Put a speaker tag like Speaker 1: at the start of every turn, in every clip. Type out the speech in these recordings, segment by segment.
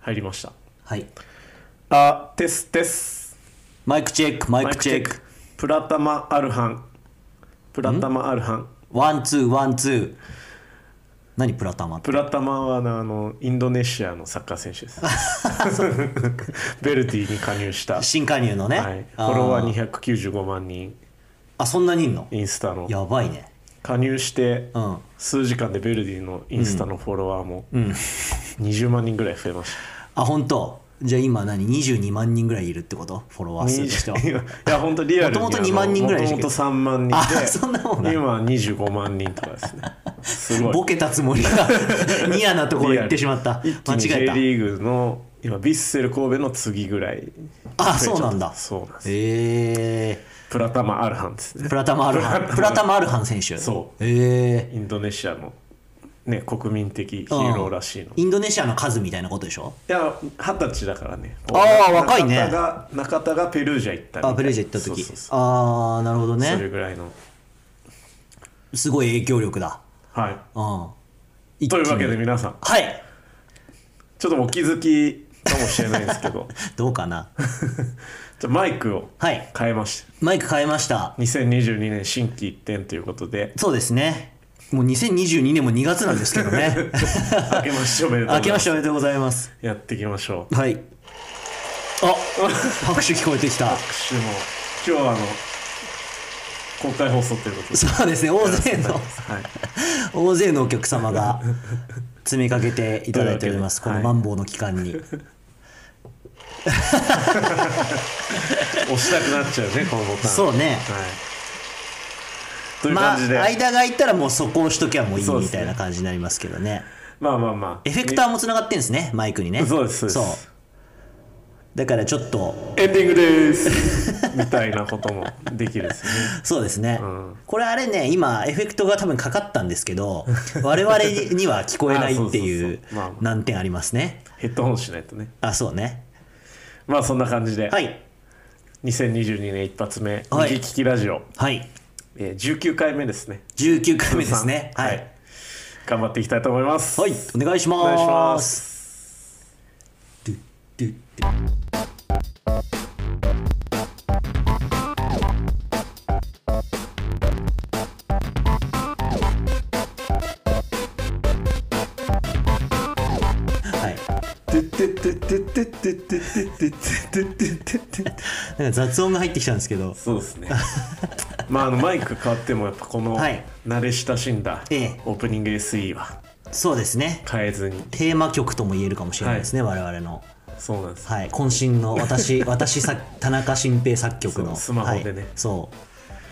Speaker 1: 入りました
Speaker 2: はい
Speaker 1: あテステス
Speaker 2: マイクチェックマイクチェック
Speaker 1: プラタマアルハンプラタマアルハン
Speaker 2: ワンツーワンツー何プラタマって
Speaker 1: プラタマはなあのインドネシアのサッカー選手です ベルディに加入した、はい、
Speaker 2: 新加入のね、
Speaker 1: フォロワ
Speaker 2: あ
Speaker 1: ー295万人
Speaker 2: あそんなにいんの
Speaker 1: インスタの
Speaker 2: やばいね
Speaker 1: 加入して
Speaker 2: うん
Speaker 1: 数時間でベルディのインスタのフォロワーも20万人ぐらい増えました
Speaker 2: あ本当じゃあ今何22万人ぐらいいるってことフォロワー数としては
Speaker 1: いや本当リアルに
Speaker 2: もともと2万人ぐらいで
Speaker 1: も
Speaker 2: し
Speaker 1: と
Speaker 2: た
Speaker 1: もと3万
Speaker 2: けど あ
Speaker 1: 人で
Speaker 2: そんなもんな
Speaker 1: 今は25万人とかですねすごい
Speaker 2: ボケた つもりがニアなところ行ってしまった
Speaker 1: 一気
Speaker 2: 間
Speaker 1: に J
Speaker 2: 違えた
Speaker 1: リーグの今ヴィッセル神戸の次ぐらい
Speaker 2: あそうなんだ
Speaker 1: そうなんです
Speaker 2: え
Speaker 1: プラタマ・アルハンです
Speaker 2: ー、
Speaker 1: ね
Speaker 2: プラタマアルハンプラタマアルハン選手
Speaker 1: そう
Speaker 2: え
Speaker 1: インドネシアのね国民的ヒーローらしいの
Speaker 2: ー、インドネシアの数みたいなことでしょ
Speaker 1: いや二十歳だからね
Speaker 2: あー若いね
Speaker 1: 中田が中田がペルージャ行ったみたい
Speaker 2: あペルージャ行った時
Speaker 1: そうそうそう
Speaker 2: ああなるほど
Speaker 1: それ
Speaker 2: ね
Speaker 1: ぐらいの
Speaker 2: すごい影響力だ
Speaker 1: は
Speaker 2: うん
Speaker 1: いというわけで
Speaker 2: 一気に
Speaker 1: 皆さん
Speaker 2: はい
Speaker 1: ちょっとお気づきかもしれないですけど
Speaker 2: どうかな
Speaker 1: じゃあマイクを
Speaker 2: はい
Speaker 1: 変えまして、
Speaker 2: マイク変えました
Speaker 1: 2022年心機一転ということ で
Speaker 2: そうですねもう2022年も2月なんですけどね
Speaker 1: 明けましておめでとうご
Speaker 2: 明
Speaker 1: ざ
Speaker 2: け
Speaker 1: い
Speaker 2: ま
Speaker 1: ま
Speaker 2: し
Speaker 1: す
Speaker 2: ておめでとうございます
Speaker 1: やっていきましょう
Speaker 2: はいあ拍手聞こえてきた
Speaker 1: 拍手も今日はあの公開放送ということで
Speaker 2: そうですね大勢の
Speaker 1: はい
Speaker 2: 大勢のお客様が詰めかけていただいております
Speaker 1: と
Speaker 2: こ
Speaker 1: いうわけで
Speaker 2: のマンボウの期間に、
Speaker 1: 押したくなっちゃうねこのボタン
Speaker 2: そうね
Speaker 1: はいという
Speaker 2: まあ
Speaker 1: 感じで、
Speaker 2: 間が空いたらもうそこをしときゃもういい
Speaker 1: そうで
Speaker 2: み
Speaker 1: すね
Speaker 2: たいな感じになりますけどね
Speaker 1: まあまあまあ
Speaker 2: エフェクターもつながってんですねマイクにね
Speaker 1: そうですそうです
Speaker 2: だからちょっと
Speaker 1: エンディング ですみたいなこともできるですね
Speaker 2: そうですね、
Speaker 1: ん
Speaker 2: これあれね今エフェクトが多分かかったんです けど我々には聞こえないって
Speaker 1: あそう
Speaker 2: いう
Speaker 1: そうそうまあまあ
Speaker 2: 難点ありますね
Speaker 1: ヘッドホンしないとね
Speaker 2: あそうね
Speaker 1: まあそんな感じで、
Speaker 2: はい
Speaker 1: 2022年一発目
Speaker 2: はい
Speaker 1: 右利きラジオ、
Speaker 2: はい
Speaker 1: えー、19回目ですね
Speaker 2: 19回目ですね
Speaker 1: は、
Speaker 2: はいい
Speaker 1: 頑張っていきたいと思います
Speaker 2: はいお願いします
Speaker 1: お願いします
Speaker 2: ドゥドゥドゥはいなんか雑音が入ってきたんですけど
Speaker 1: そう ですねまああのマイク変わってもやっぱこの
Speaker 2: はい
Speaker 1: 慣れ親しんだ
Speaker 2: ええ
Speaker 1: オープニング SE は
Speaker 2: そうですね
Speaker 1: 変えずに
Speaker 2: テーマ曲とも言えるかもしれないですね、我々の
Speaker 1: そうなんです
Speaker 2: はい渾身の 私私作田中新平作曲
Speaker 1: そう
Speaker 2: の
Speaker 1: スマホでね
Speaker 2: はいそう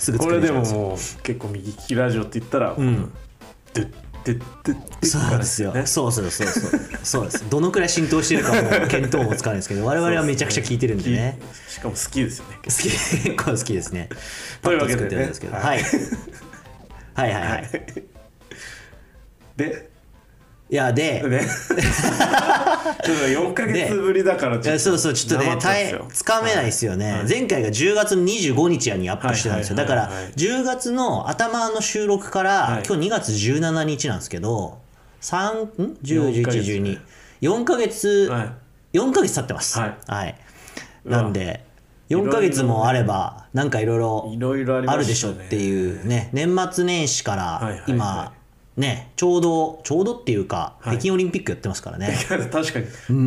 Speaker 2: すぐ
Speaker 1: こ
Speaker 2: 作
Speaker 1: れ
Speaker 2: れち
Speaker 1: で
Speaker 2: ゃうん
Speaker 1: も
Speaker 2: です
Speaker 1: も
Speaker 2: よ、
Speaker 1: う結構右利きラジオって言ったら、うんドゥッドゥッドゥッドゥッ
Speaker 2: そうですよ、
Speaker 1: ね
Speaker 2: そうそうそうそうそうですどのくらい浸透してるかも見当もつかないですけど我々はめちゃくちゃ聞いてるんでね
Speaker 1: きしかも好きですよね
Speaker 2: 好き 結構好きですね
Speaker 1: というわけ
Speaker 2: パッと作って
Speaker 1: で
Speaker 2: る
Speaker 1: ね
Speaker 2: んですけど、はい、はいはいはい
Speaker 1: で
Speaker 2: いやで
Speaker 1: ねちょっと4か月ぶりだからち
Speaker 2: い
Speaker 1: ょっと
Speaker 2: やそうそうちょっと
Speaker 1: な
Speaker 2: ね
Speaker 1: またんですよ
Speaker 2: つかめないですよね、前回が10月の25日にアップしてたんですよ、
Speaker 1: はいはいはい
Speaker 2: だか
Speaker 1: はい
Speaker 2: ら10月の頭の収録から、
Speaker 1: い
Speaker 2: 今日2月17日なんですけど3ん
Speaker 1: 4ヶ月
Speaker 2: 101112 4ヶ月、
Speaker 1: はい
Speaker 2: 4ヶ月経ってます
Speaker 1: はい
Speaker 2: なんで4ヶ月もあればなんかいろいろ
Speaker 1: いろいろありましたね
Speaker 2: あるでしょっていうね年末年始から
Speaker 1: い
Speaker 2: 今、
Speaker 1: はいは
Speaker 2: ねちょうどちょうどっていうか、
Speaker 1: はい
Speaker 2: 北京オリンピックやってますからね
Speaker 1: 確かに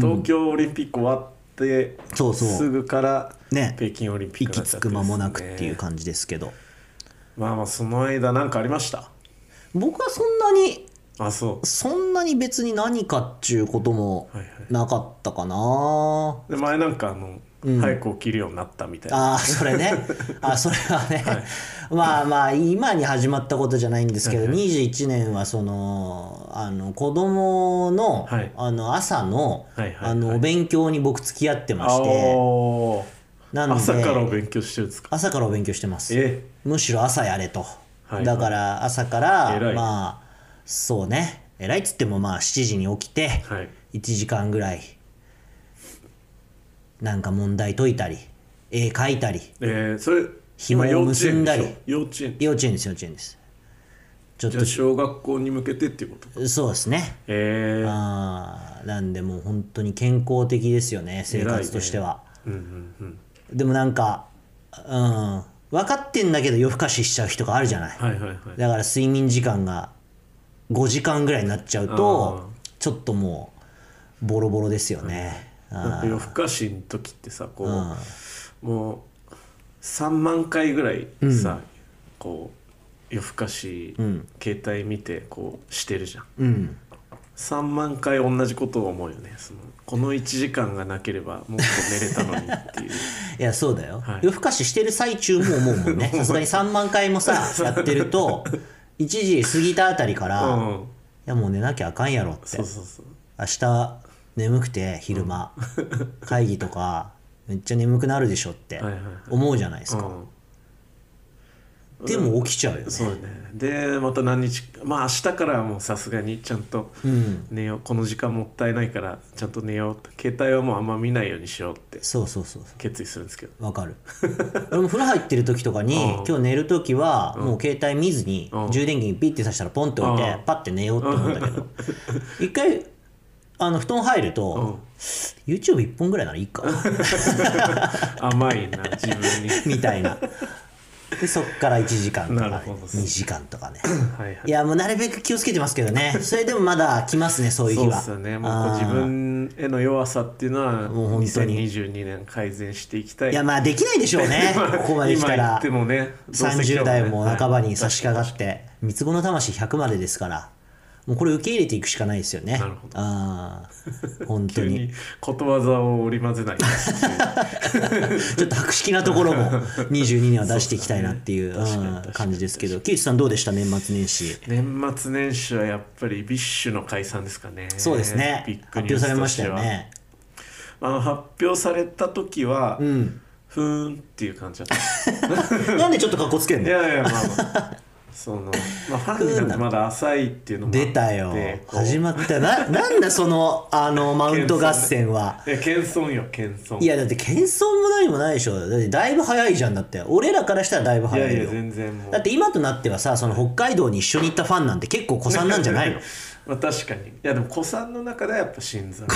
Speaker 1: 東京オリンピック終わって
Speaker 2: そうそう
Speaker 1: すぐから
Speaker 2: ね
Speaker 1: 北京オリンピック
Speaker 2: 息つく間もなくっていう感じですけど
Speaker 1: まあまあその間何かありました
Speaker 2: 僕はそんなに
Speaker 1: あそう
Speaker 2: そんなに別に何かっちゅうことも
Speaker 1: はいはい
Speaker 2: なかったかな、
Speaker 1: で前なんかあの、早く起きるようになったみたいな
Speaker 2: ああそ れねあそれはね、まあまあ今に始まったことじゃないんですけど、
Speaker 1: はいは
Speaker 2: 21年はそのあの子供の、
Speaker 1: はい
Speaker 2: あの朝の,、
Speaker 1: はいはいはい
Speaker 2: あのお勉強に僕付き合ってまし
Speaker 1: あ
Speaker 2: て
Speaker 1: ー
Speaker 2: なので
Speaker 1: 朝からお勉強してるんですか
Speaker 2: 朝からお勉強してます
Speaker 1: え
Speaker 2: むしろ朝やれと、
Speaker 1: はい
Speaker 2: だから朝から
Speaker 1: 偉い
Speaker 2: まあそうね偉いっつってもまあ7時に起きて
Speaker 1: はい
Speaker 2: 1時間ぐらいなんか問題解いたり絵描いたり
Speaker 1: えー、それ
Speaker 2: 紐を結んだり
Speaker 1: 今幼稚園でしょ幼稚園
Speaker 2: 幼稚園です幼稚園ですちょっ
Speaker 1: じゃあ
Speaker 2: と
Speaker 1: 小学校に向けてっていうこと
Speaker 2: そうですね
Speaker 1: ええー、
Speaker 2: あーなんでもう本当に健康的ですよね生活としては、
Speaker 1: うんうんうん
Speaker 2: でもなんかうん分かってんだけど夜更かししちゃう日とかあるじゃない、
Speaker 1: はいはいはい
Speaker 2: だから睡眠時間が5時間ぐらいになっちゃうとちょっともうボロボロですよね、
Speaker 1: なん
Speaker 2: あ
Speaker 1: か夜更かしの時ってさこう、もう3万回ぐらいさ、こう夜更かし、
Speaker 2: ん
Speaker 1: 携帯見てこうしてるじゃん
Speaker 2: ーうん
Speaker 1: 3万回同じことを思うよねそのこの1時間がなければもっと寝れたのにって いう
Speaker 2: いやそうだよ、
Speaker 1: はい
Speaker 2: 夜更かししてる最中も思うもんねさすがに3万回もさやってると1時過ぎたあたりから、
Speaker 1: う
Speaker 2: い
Speaker 1: ん
Speaker 2: やもう寝なきゃあかんやろって
Speaker 1: そうそうそう
Speaker 2: 明日眠くて昼間、 会議とかめっちゃ眠くなるでしょって
Speaker 1: はいはいはい
Speaker 2: 思うじゃないですか、
Speaker 1: うん
Speaker 2: でも起きちゃうよね、
Speaker 1: そうねでまた何日まあ明日からはもうさすがにちゃんと
Speaker 2: うん
Speaker 1: 寝ようこの時間もったいないからちゃんと寝ようって携帯はもうあんま見ないようにしようって
Speaker 2: そうそうそうそ
Speaker 1: 決意するんですけど
Speaker 2: うわかる俺も風呂入ってる時とかに、
Speaker 1: うん
Speaker 2: 今日寝る時はもう携帯見ずに、
Speaker 1: うん
Speaker 2: 充電器にピッて刺したらポンって置いて、
Speaker 1: うん
Speaker 2: パッて寝ようって思うんだけど一回あの布団入ると、YouTube1 本ぐらいならいいか
Speaker 1: 甘いな自分に
Speaker 2: みたいなでそっから1時間と
Speaker 1: な
Speaker 2: か
Speaker 1: るほど
Speaker 2: 2時間とかね
Speaker 1: はいはい
Speaker 2: いやもうなるべく気をつけてますけど ねそれでもまだ来ますねそういう
Speaker 1: そ
Speaker 2: 日
Speaker 1: うで
Speaker 2: は
Speaker 1: すよねもうこう自分への弱さっていうのは
Speaker 2: もう本当に
Speaker 1: 2022年改善していきたい
Speaker 2: いやまあできないでしょうねここまで来た
Speaker 1: 今言
Speaker 2: ら
Speaker 1: ってもねどうせ今日
Speaker 2: 30代も半ばに
Speaker 1: は
Speaker 2: 差し掛かって三つ子の魂100までですからもうこれ受け入れていくしかないですよね
Speaker 1: なるほど
Speaker 2: あ あ本
Speaker 1: い
Speaker 2: 当
Speaker 1: 急
Speaker 2: に
Speaker 1: にことわざを織り交ぜない
Speaker 2: ちょっと博識なところも22年は出していきたいなっ ていううん感じですけど木内さんどうでした年末年始
Speaker 1: 年末年始はやっぱりビッシュの解散ですかね
Speaker 2: そうですね
Speaker 1: ビッ
Speaker 2: 発
Speaker 1: グニュ
Speaker 2: 表
Speaker 1: ー
Speaker 2: され
Speaker 1: スと
Speaker 2: まし
Speaker 1: したて
Speaker 2: よ
Speaker 1: は
Speaker 2: ね
Speaker 1: あの発表された時は、
Speaker 2: うん
Speaker 1: ふーんっていう感じだった
Speaker 2: なんでちょっとかっこつけん
Speaker 1: い
Speaker 2: の
Speaker 1: やいやまあまあその、まあ、ファンになってまだ浅いっていうのもあって
Speaker 2: 出たよ
Speaker 1: こう
Speaker 2: 始まったよな なんだそのあのマウント合戦はい
Speaker 1: や謙遜よ謙遜
Speaker 2: いやだって謙遜も何もないでしょだってだいぶ早いじゃんだって俺らからしたらだいぶ
Speaker 1: い
Speaker 2: 早
Speaker 1: や
Speaker 2: い
Speaker 1: い
Speaker 2: よ
Speaker 1: や全然もう
Speaker 2: だって今となってはさその北海道に一緒に行ったファンなんて結構子さんなんじゃないの
Speaker 1: まあ確かにいやでも子さんの中ではやっぱ新 山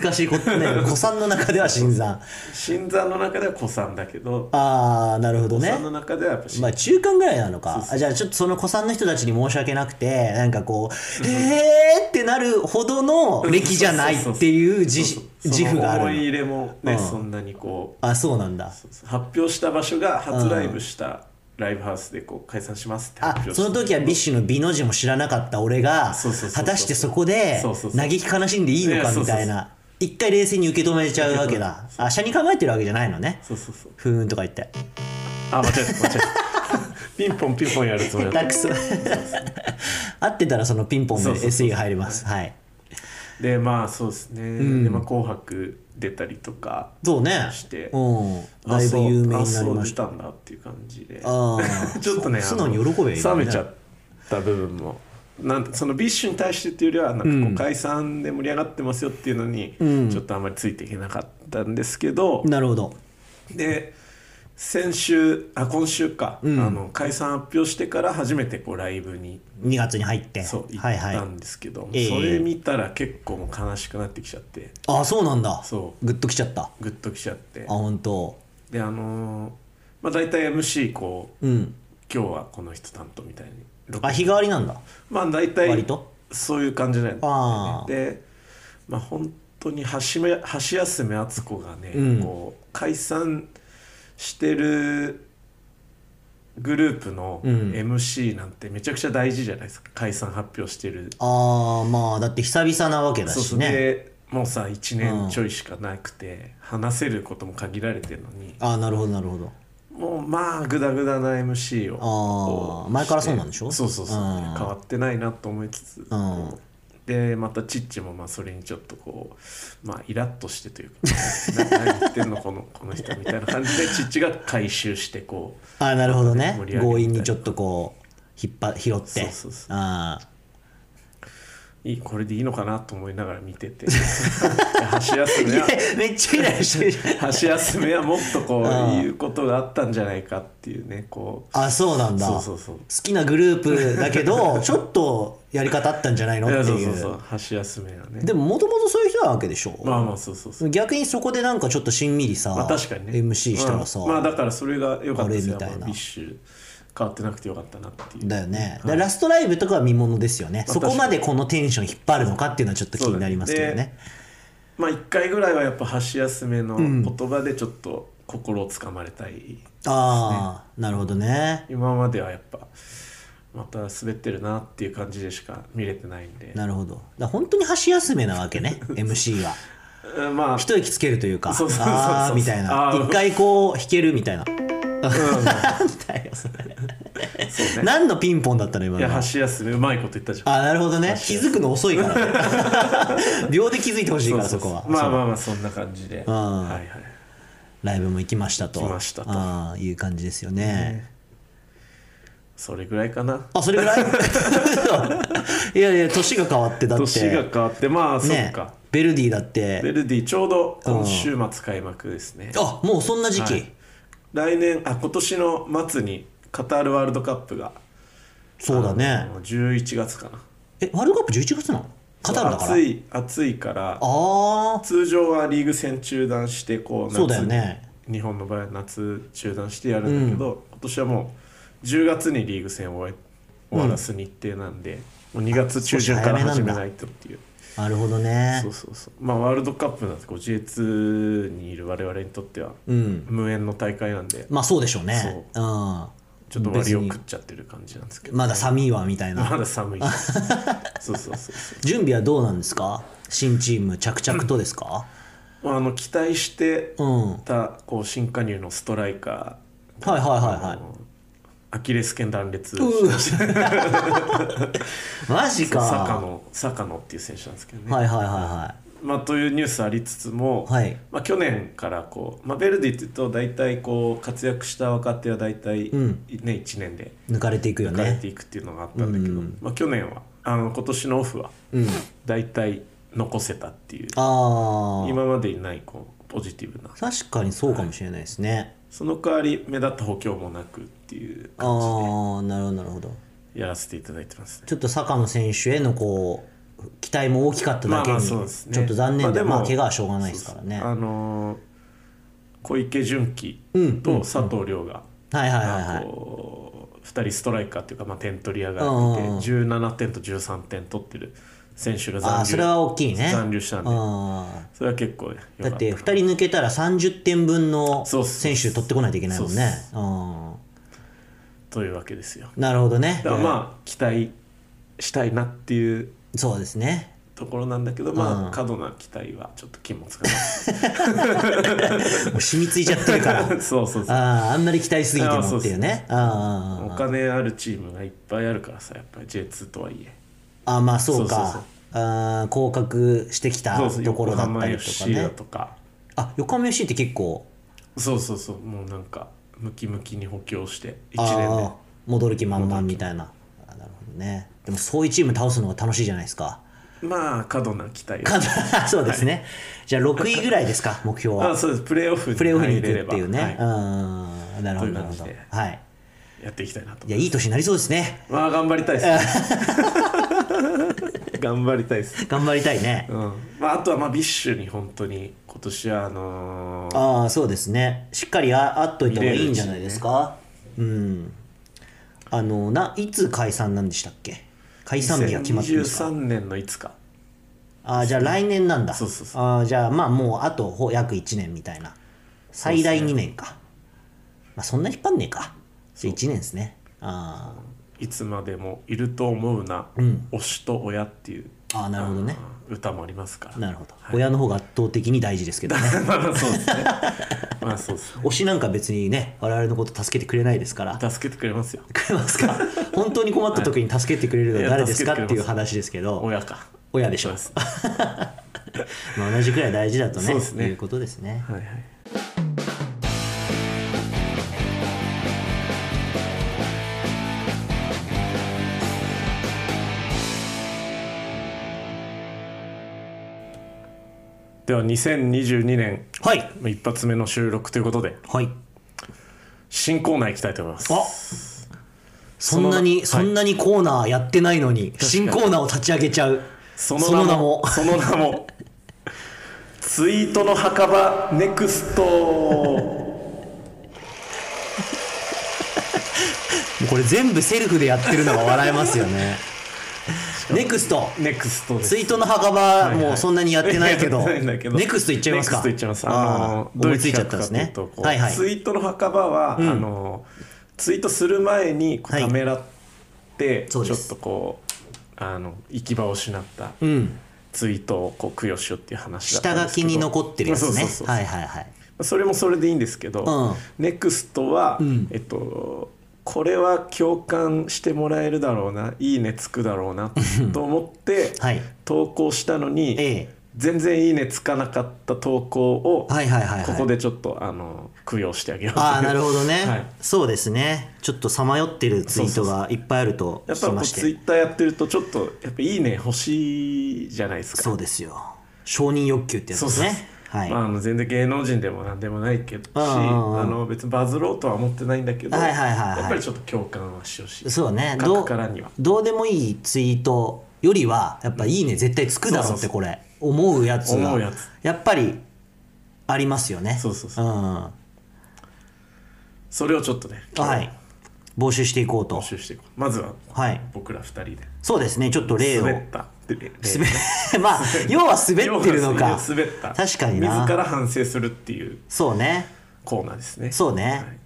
Speaker 2: 難しいことね 子さんの中では新参
Speaker 1: 新山の中では子さんだけど
Speaker 2: ああなるほど
Speaker 1: 子
Speaker 2: ね
Speaker 1: さんの中ではやっぱ新
Speaker 2: ま
Speaker 1: 山
Speaker 2: あ中間ぐらいなのかあじゃあちょっとその子さんの人たちに申し訳なくてなんかこう「えー!」ってなるほどの歴じゃないっていう自
Speaker 1: そうそう
Speaker 2: 自負があ
Speaker 1: その思い
Speaker 2: る
Speaker 1: 入れもね、
Speaker 2: うん
Speaker 1: そんなにこ
Speaker 2: あそうなんだ
Speaker 1: う発表した場所が初ライブしたライブハウスでこう解散しますって発
Speaker 2: あ
Speaker 1: 表した
Speaker 2: その時はビッシュの美の字も知らなかった俺が
Speaker 1: そうそうそうそう
Speaker 2: 果たしてそこで
Speaker 1: そうそうそう
Speaker 2: 嘆き悲しんでいいの
Speaker 1: いや
Speaker 2: か
Speaker 1: そう
Speaker 2: み
Speaker 1: そうそう
Speaker 2: たいな一回冷静に受け止めちゃうわけだあ社に構えてるわけじゃないのね
Speaker 1: そうそうそう
Speaker 2: ふーんとか言って
Speaker 1: あ間違えた間 違えたピンポンピンポンやるつもりだ
Speaker 2: ダ
Speaker 1: っ
Speaker 2: ック
Speaker 1: た
Speaker 2: ス 合ってたらそのピンポンで
Speaker 1: そうそうそう
Speaker 2: SE が入りますはい
Speaker 1: でまあそうですね、でまあ「紅白」出たりとか
Speaker 2: そうね
Speaker 1: して
Speaker 2: うん
Speaker 1: あ
Speaker 2: だいぶ
Speaker 1: そう
Speaker 2: 有名
Speaker 1: あ
Speaker 2: になり
Speaker 1: そう
Speaker 2: ま
Speaker 1: 出
Speaker 2: した
Speaker 1: たんだっていう感じで
Speaker 2: あ ー
Speaker 1: ちょっとね
Speaker 2: そ
Speaker 1: あ
Speaker 2: 素
Speaker 1: の
Speaker 2: 直に喜べよ今
Speaker 1: 冷
Speaker 2: ね
Speaker 1: めちゃった部分もなんてそのビッシュに対してっていうよりはなんかこう、解散で盛り上がってますよっていうのに、ちょっとあんまりついていけなかったんですけど、
Speaker 2: なるほど
Speaker 1: で先週あ今週か、あの解散発表してから初めてこうライブに
Speaker 2: 2月に入って
Speaker 1: そう行
Speaker 2: はい
Speaker 1: っ
Speaker 2: はい
Speaker 1: たんですけど、
Speaker 2: ええ
Speaker 1: それ見たら結構もう悲しくなってきちゃって
Speaker 2: あそうなんだ
Speaker 1: そ
Speaker 2: グッときちゃったあ
Speaker 1: グッときちゃって
Speaker 2: 本当
Speaker 1: であのーまあ大体 MC こう
Speaker 2: うん
Speaker 1: 今日はこの人担当みたいに
Speaker 2: あ日替わりなんだ
Speaker 1: まあ大体
Speaker 2: 割と
Speaker 1: そういう感じなん
Speaker 2: あー
Speaker 1: でまあ本当に橋め橋休め敦子がね、
Speaker 2: うん
Speaker 1: こう解散してるグループの
Speaker 2: うん
Speaker 1: MC なんてめちゃくちゃ大事じゃないですか解散発表してる
Speaker 2: ああまあだって久々なわけだ
Speaker 1: そう
Speaker 2: し
Speaker 1: そう
Speaker 2: ね
Speaker 1: でもうさ1年ちょいしかなくて、話せることも限られてるのに
Speaker 2: ああなるほどなるほど
Speaker 1: もうまあグダグダな MC を
Speaker 2: あー
Speaker 1: こう
Speaker 2: 前からそうなんでしょ
Speaker 1: そうそうそう
Speaker 2: うん
Speaker 1: 変わってないなと思いつつこうでまたチッチもまあそれにちょっとこうまあイラッとして というかな何言ってんのこのこの人みたいな感じでチッチが回収してこう
Speaker 2: ああなるほどね
Speaker 1: 盛り上げみたいな
Speaker 2: 強引にちょっとこう引っ張拾って
Speaker 1: そうそうそ
Speaker 2: ああ
Speaker 1: いいこれでいいのかなと思いながら見てていや箸休めは
Speaker 2: めっちゃイライラしてるじゃん
Speaker 1: 箸休めはもっとこう
Speaker 2: うん
Speaker 1: いうことがあったんじゃないかっていうねこう
Speaker 2: あそうなんだ
Speaker 1: そうそうそう
Speaker 2: 好きなグループだけ どちょっとやり方あったんじゃないの
Speaker 1: い
Speaker 2: っ
Speaker 1: や
Speaker 2: て
Speaker 1: そう
Speaker 2: い
Speaker 1: そううそう箸休めはね
Speaker 2: でももともとそういう人なわけでしょ、
Speaker 1: まあまあそうそうそう
Speaker 2: 逆にそこでなんかちょっとしんみりさ、
Speaker 1: まあ確かにね
Speaker 2: MC したらさ、
Speaker 1: うんまあだからそれが良かったですよ
Speaker 2: あれみたいな
Speaker 1: まあビッシュ変わってなくてよかったなっていう
Speaker 2: だよね、だからラストライブとかは見ものですよね、そこまでこのテンション引っ張るのかっていうのはちょっと気になりますけど
Speaker 1: そうだね
Speaker 2: ね
Speaker 1: まあ1回ぐらいはやっぱ箸休めの言葉でちょっと心をつかまれたい、
Speaker 2: ああなるほどね
Speaker 1: 今まではやっぱまた滑ってるなっていう感じでしか見れてないんで
Speaker 2: なるほどだから本当に箸休めなわ けね MC は
Speaker 1: うんまあ
Speaker 2: 一息つけるというか
Speaker 1: そうそうそうそう
Speaker 2: ああみたいな
Speaker 1: あー
Speaker 2: 一回こう弾けるみたい なだよそれ何のピンポンだったの今
Speaker 1: い
Speaker 2: の
Speaker 1: や箸休めうまいこと言ったじゃん
Speaker 2: あーなるほどね気づくの遅いから ね秒で気づいてほしいからそこは
Speaker 1: まあ
Speaker 2: そう
Speaker 1: まあまあそんな感じで、
Speaker 2: ん
Speaker 1: はいはい
Speaker 2: ライブも行きましたと
Speaker 1: 行きましたと
Speaker 2: あーいう感じですよね、
Speaker 1: それぐらいかな
Speaker 2: あそれぐ らいいやいや年が変わってだって
Speaker 1: 年が変わってまあそっ
Speaker 2: ね
Speaker 1: か
Speaker 2: ベルディだって
Speaker 1: ベルディちょうど今週末開幕ですね、
Speaker 2: あもうそんな時期、
Speaker 1: はい来年あ今年の末にカタールワールドカップが
Speaker 2: そうだ
Speaker 1: あ
Speaker 2: ね
Speaker 1: の11月かな
Speaker 2: えワールドカップ11月なのカタールだから
Speaker 1: 暑い暑いから
Speaker 2: ああ
Speaker 1: 通常はリーグ戦中断してこう
Speaker 2: そうだよね
Speaker 1: 日本の場合は夏中断してやるんだけど、今年はもう10月にリーグ戦を終え終わらす日程なんで、もう2月中旬から始めないとっていう
Speaker 2: なるほどね
Speaker 1: そうそうそうまあワールドカップなんてこう J2 にいる我々にとっては
Speaker 2: うん
Speaker 1: 無縁の大会なんで
Speaker 2: まあそうでしょうねうん
Speaker 1: ちょっと割を食っちゃってる感じなんですけど、
Speaker 2: まだ寒いわみたい
Speaker 1: ま
Speaker 2: な
Speaker 1: だ寒いそうそうそうそ
Speaker 2: 準備はどうなんですか新チーム着々とで すか
Speaker 1: う、まあ、あの期待して
Speaker 2: うんはい
Speaker 1: たこう新加入のストライカー
Speaker 2: はいはいはい
Speaker 1: アキレス腱断裂し
Speaker 2: う
Speaker 1: ました
Speaker 2: マジか
Speaker 1: 坂野坂野っていう選手なんですけどね、
Speaker 2: はいはいは
Speaker 1: まあ、というニュースありつつも、
Speaker 2: いはいはい
Speaker 1: まあ、去年からこう、まあ、ベルディっていうと大体こう活躍した若手は大体、
Speaker 2: ん
Speaker 1: ね、1年で
Speaker 2: 抜かれていくよ
Speaker 1: 抜かれ
Speaker 2: ね
Speaker 1: ていくっていうのがあったんだけど、まあ、去年はあの今年のオフは
Speaker 2: うん
Speaker 1: 大体残せたっていう
Speaker 2: ああ
Speaker 1: 今までにないこうポジティブな
Speaker 2: 確かにそうかもしれないですね、
Speaker 1: その代わり目立った補強もなくっていう
Speaker 2: あ
Speaker 1: 感
Speaker 2: あなるほどなるほど
Speaker 1: じでやらせていただいてますね。
Speaker 2: ちょっと坂野選手へのこう期待も大きかっただけに、
Speaker 1: そうですね
Speaker 2: ちょっと残念で、
Speaker 1: も
Speaker 2: まあ、怪我はしょうがないですからね
Speaker 1: そうそうあのー小池純喜
Speaker 2: うん
Speaker 1: と佐藤亮が、
Speaker 2: はいはいはいはい
Speaker 1: こう2人ストライカーというか、まあ、点取り屋がいて、
Speaker 2: うんうんうん
Speaker 1: 17点と13点取ってる選手が
Speaker 2: ああ
Speaker 1: 残
Speaker 2: そ
Speaker 1: 留
Speaker 2: れは大きいね
Speaker 1: 残留したんで
Speaker 2: あ
Speaker 1: それは結構ね良
Speaker 2: ーだ
Speaker 1: か
Speaker 2: っ
Speaker 1: った
Speaker 2: て2人抜けたら30点分の
Speaker 1: そうっす
Speaker 2: 選手取ってこないといけないもんね
Speaker 1: というわけですよ
Speaker 2: うんなるほどね
Speaker 1: だからまあ期待したいなっていう
Speaker 2: そうですね
Speaker 1: ところなんだけど、まあ過度な期待はちょっと気もつ かない
Speaker 2: もう染みついちゃってるから
Speaker 1: そうそうそう
Speaker 2: あーあんまり期待しすぎて
Speaker 1: あーそ
Speaker 2: も
Speaker 1: う
Speaker 2: っていうねあーあーあー
Speaker 1: お金あるチームがいっぱいあるからさやっぱり J2 とはいえ
Speaker 2: あまあそう
Speaker 1: そうそうそ
Speaker 2: か
Speaker 1: う
Speaker 2: あー降格してきた
Speaker 1: そうそう
Speaker 2: ところだった
Speaker 1: 横浜
Speaker 2: りとか
Speaker 1: FC だ
Speaker 2: ね
Speaker 1: とか
Speaker 2: あ横浜 FC って結構
Speaker 1: そうそうそうもうなんかムキムキに補強して1年で
Speaker 2: あー戻る気満々みたいなあなるほどねでもそういうチーム倒すのが楽しいじゃないですか
Speaker 1: まあ過度な期待
Speaker 2: そうですね、じゃあ6位ぐらいですか目標
Speaker 1: あ
Speaker 2: は
Speaker 1: そうですプレーオフに
Speaker 2: プレーオフに
Speaker 1: 入
Speaker 2: 行
Speaker 1: れ
Speaker 2: く
Speaker 1: れ
Speaker 2: っ
Speaker 1: ば
Speaker 2: ていうね、
Speaker 1: は
Speaker 2: うんなるほ
Speaker 1: という
Speaker 2: どな
Speaker 1: 感
Speaker 2: るほ
Speaker 1: じ
Speaker 2: ど
Speaker 1: で
Speaker 2: はい
Speaker 1: い、やっていきたいなと
Speaker 2: いやいい年になりそうですね
Speaker 1: まあ頑張りたいですね 頑張りたいです、
Speaker 2: 頑張りたいね、
Speaker 1: うんまあ、あとはまあビッシュに本当に今年はあのー
Speaker 2: ああそうですねしっかりああっといた方がいいんじゃないですか、うんあのないつ解散なんでしたっけ解散日が決まってるんです
Speaker 1: 2023
Speaker 2: か
Speaker 1: 年のいつか
Speaker 2: ああじゃあ来年なんだ
Speaker 1: そうそうそ
Speaker 2: ああじゃあまあもうあとほ約1年みたいな最大2年か、まあそんな引っ張んねえかじゃあ1年ですねあ
Speaker 1: いつまでもいると思うな、
Speaker 2: ん
Speaker 1: 推しと親っていう
Speaker 2: あああなるほどね
Speaker 1: うん歌もありますから
Speaker 2: なるほど、親の方が圧倒的に大事ですけどね
Speaker 1: まあそうですねまあそうですね
Speaker 2: 推しなんか別にね我々のこと助けてくれないですから
Speaker 1: 助けてくれますよ
Speaker 2: くれますか 本当に困った時に助けてくれるのは誰ですか
Speaker 1: いや
Speaker 2: っていう話ですけど
Speaker 1: 親か
Speaker 2: 親でし
Speaker 1: そ
Speaker 2: ょ
Speaker 1: うです
Speaker 2: まあ同じくらい大事だとね
Speaker 1: そうですね
Speaker 2: いうことですね
Speaker 1: はいはいでは2022年
Speaker 2: はい
Speaker 1: 一発目の収録ということで
Speaker 2: はい
Speaker 1: 新コーナー行きたいと思います
Speaker 2: あそんなにそ
Speaker 1: の
Speaker 2: んなにコーナーやってないのに
Speaker 1: に
Speaker 2: 新コーナーを立ち上げちゃう
Speaker 1: その名 もその名もツイートの墓場ネクスト
Speaker 2: もうこれ全部セルフでやってるのが笑えますよねネクスト
Speaker 1: ネクストです
Speaker 2: ツイートの墓場、
Speaker 1: はい
Speaker 2: もうそんなにやってないけど
Speaker 1: やってないんだけど
Speaker 2: ネクストいっちゃいますか
Speaker 1: ネクストいっちゃいます
Speaker 2: あ
Speaker 1: あ
Speaker 2: ー
Speaker 1: の
Speaker 2: 思いついちゃったんですね
Speaker 1: どういう企画かというとこう
Speaker 2: はいはい
Speaker 1: ツイートの墓場は、あのツイートする前にこう
Speaker 2: はい
Speaker 1: ためらって、ち
Speaker 2: そ
Speaker 1: ょ
Speaker 2: う
Speaker 1: っ
Speaker 2: です
Speaker 1: とこうあの行き場を失った
Speaker 2: うん
Speaker 1: ツイートをこう供養しようっていう話だった
Speaker 2: 下
Speaker 1: んで
Speaker 2: 書
Speaker 1: すけ
Speaker 2: き
Speaker 1: ど
Speaker 2: に残ってるやつ
Speaker 1: そう
Speaker 2: ね
Speaker 1: そうそう
Speaker 2: はいはいはい
Speaker 1: それもそれでいいんですけど、
Speaker 2: うん
Speaker 1: ネクストは、
Speaker 2: ん
Speaker 1: えっとこれは共感してもらえるだろうないいねつくだろうなと思って、
Speaker 2: はい
Speaker 1: 投稿したのに、
Speaker 2: ええ
Speaker 1: 全然いいねつかなかった投稿を、
Speaker 2: はいはいはいはい
Speaker 1: ここでちょっとあの供養してあげようという
Speaker 2: ああなるほどね、
Speaker 1: はい
Speaker 2: そうですねちょっとさまよってるツイートがいっぱいあると
Speaker 1: や
Speaker 2: 聞
Speaker 1: っぱ
Speaker 2: き
Speaker 1: こ
Speaker 2: ま
Speaker 1: う
Speaker 2: して
Speaker 1: ツイッターやってるとちょっとやっぱいいね欲しいじゃないですか
Speaker 2: そうですよ承認欲求ってやつですねはい、
Speaker 1: まあ、あの全然芸能人でも何でもないけどし
Speaker 2: うんうんうん
Speaker 1: あの別にバズろうとは思ってないんだけど、
Speaker 2: はいはいはいはい
Speaker 1: やっぱりちょっと共感はしてほしい
Speaker 2: そうね
Speaker 1: 書
Speaker 2: ど
Speaker 1: くからには
Speaker 2: どうでもいいツイートよりはやっぱ「いいね」絶対つくだろうってこれ思うやつ
Speaker 1: 思
Speaker 2: が
Speaker 1: うやつ
Speaker 2: やっぱりありますよね、
Speaker 1: そうそうそうん
Speaker 2: は
Speaker 1: それをちょっとね
Speaker 2: い募集していこうと
Speaker 1: 募集していこうまずは
Speaker 2: はい
Speaker 1: 僕ら二人で
Speaker 2: そうですねちょっと例を
Speaker 1: 滑ったって例
Speaker 2: 滑 まあ要は滑ってるの
Speaker 1: 要
Speaker 2: か
Speaker 1: は滑った
Speaker 2: 確かにな
Speaker 1: 自ら反省するっていう
Speaker 2: そうね
Speaker 1: コーナーですね
Speaker 2: そうね
Speaker 1: はい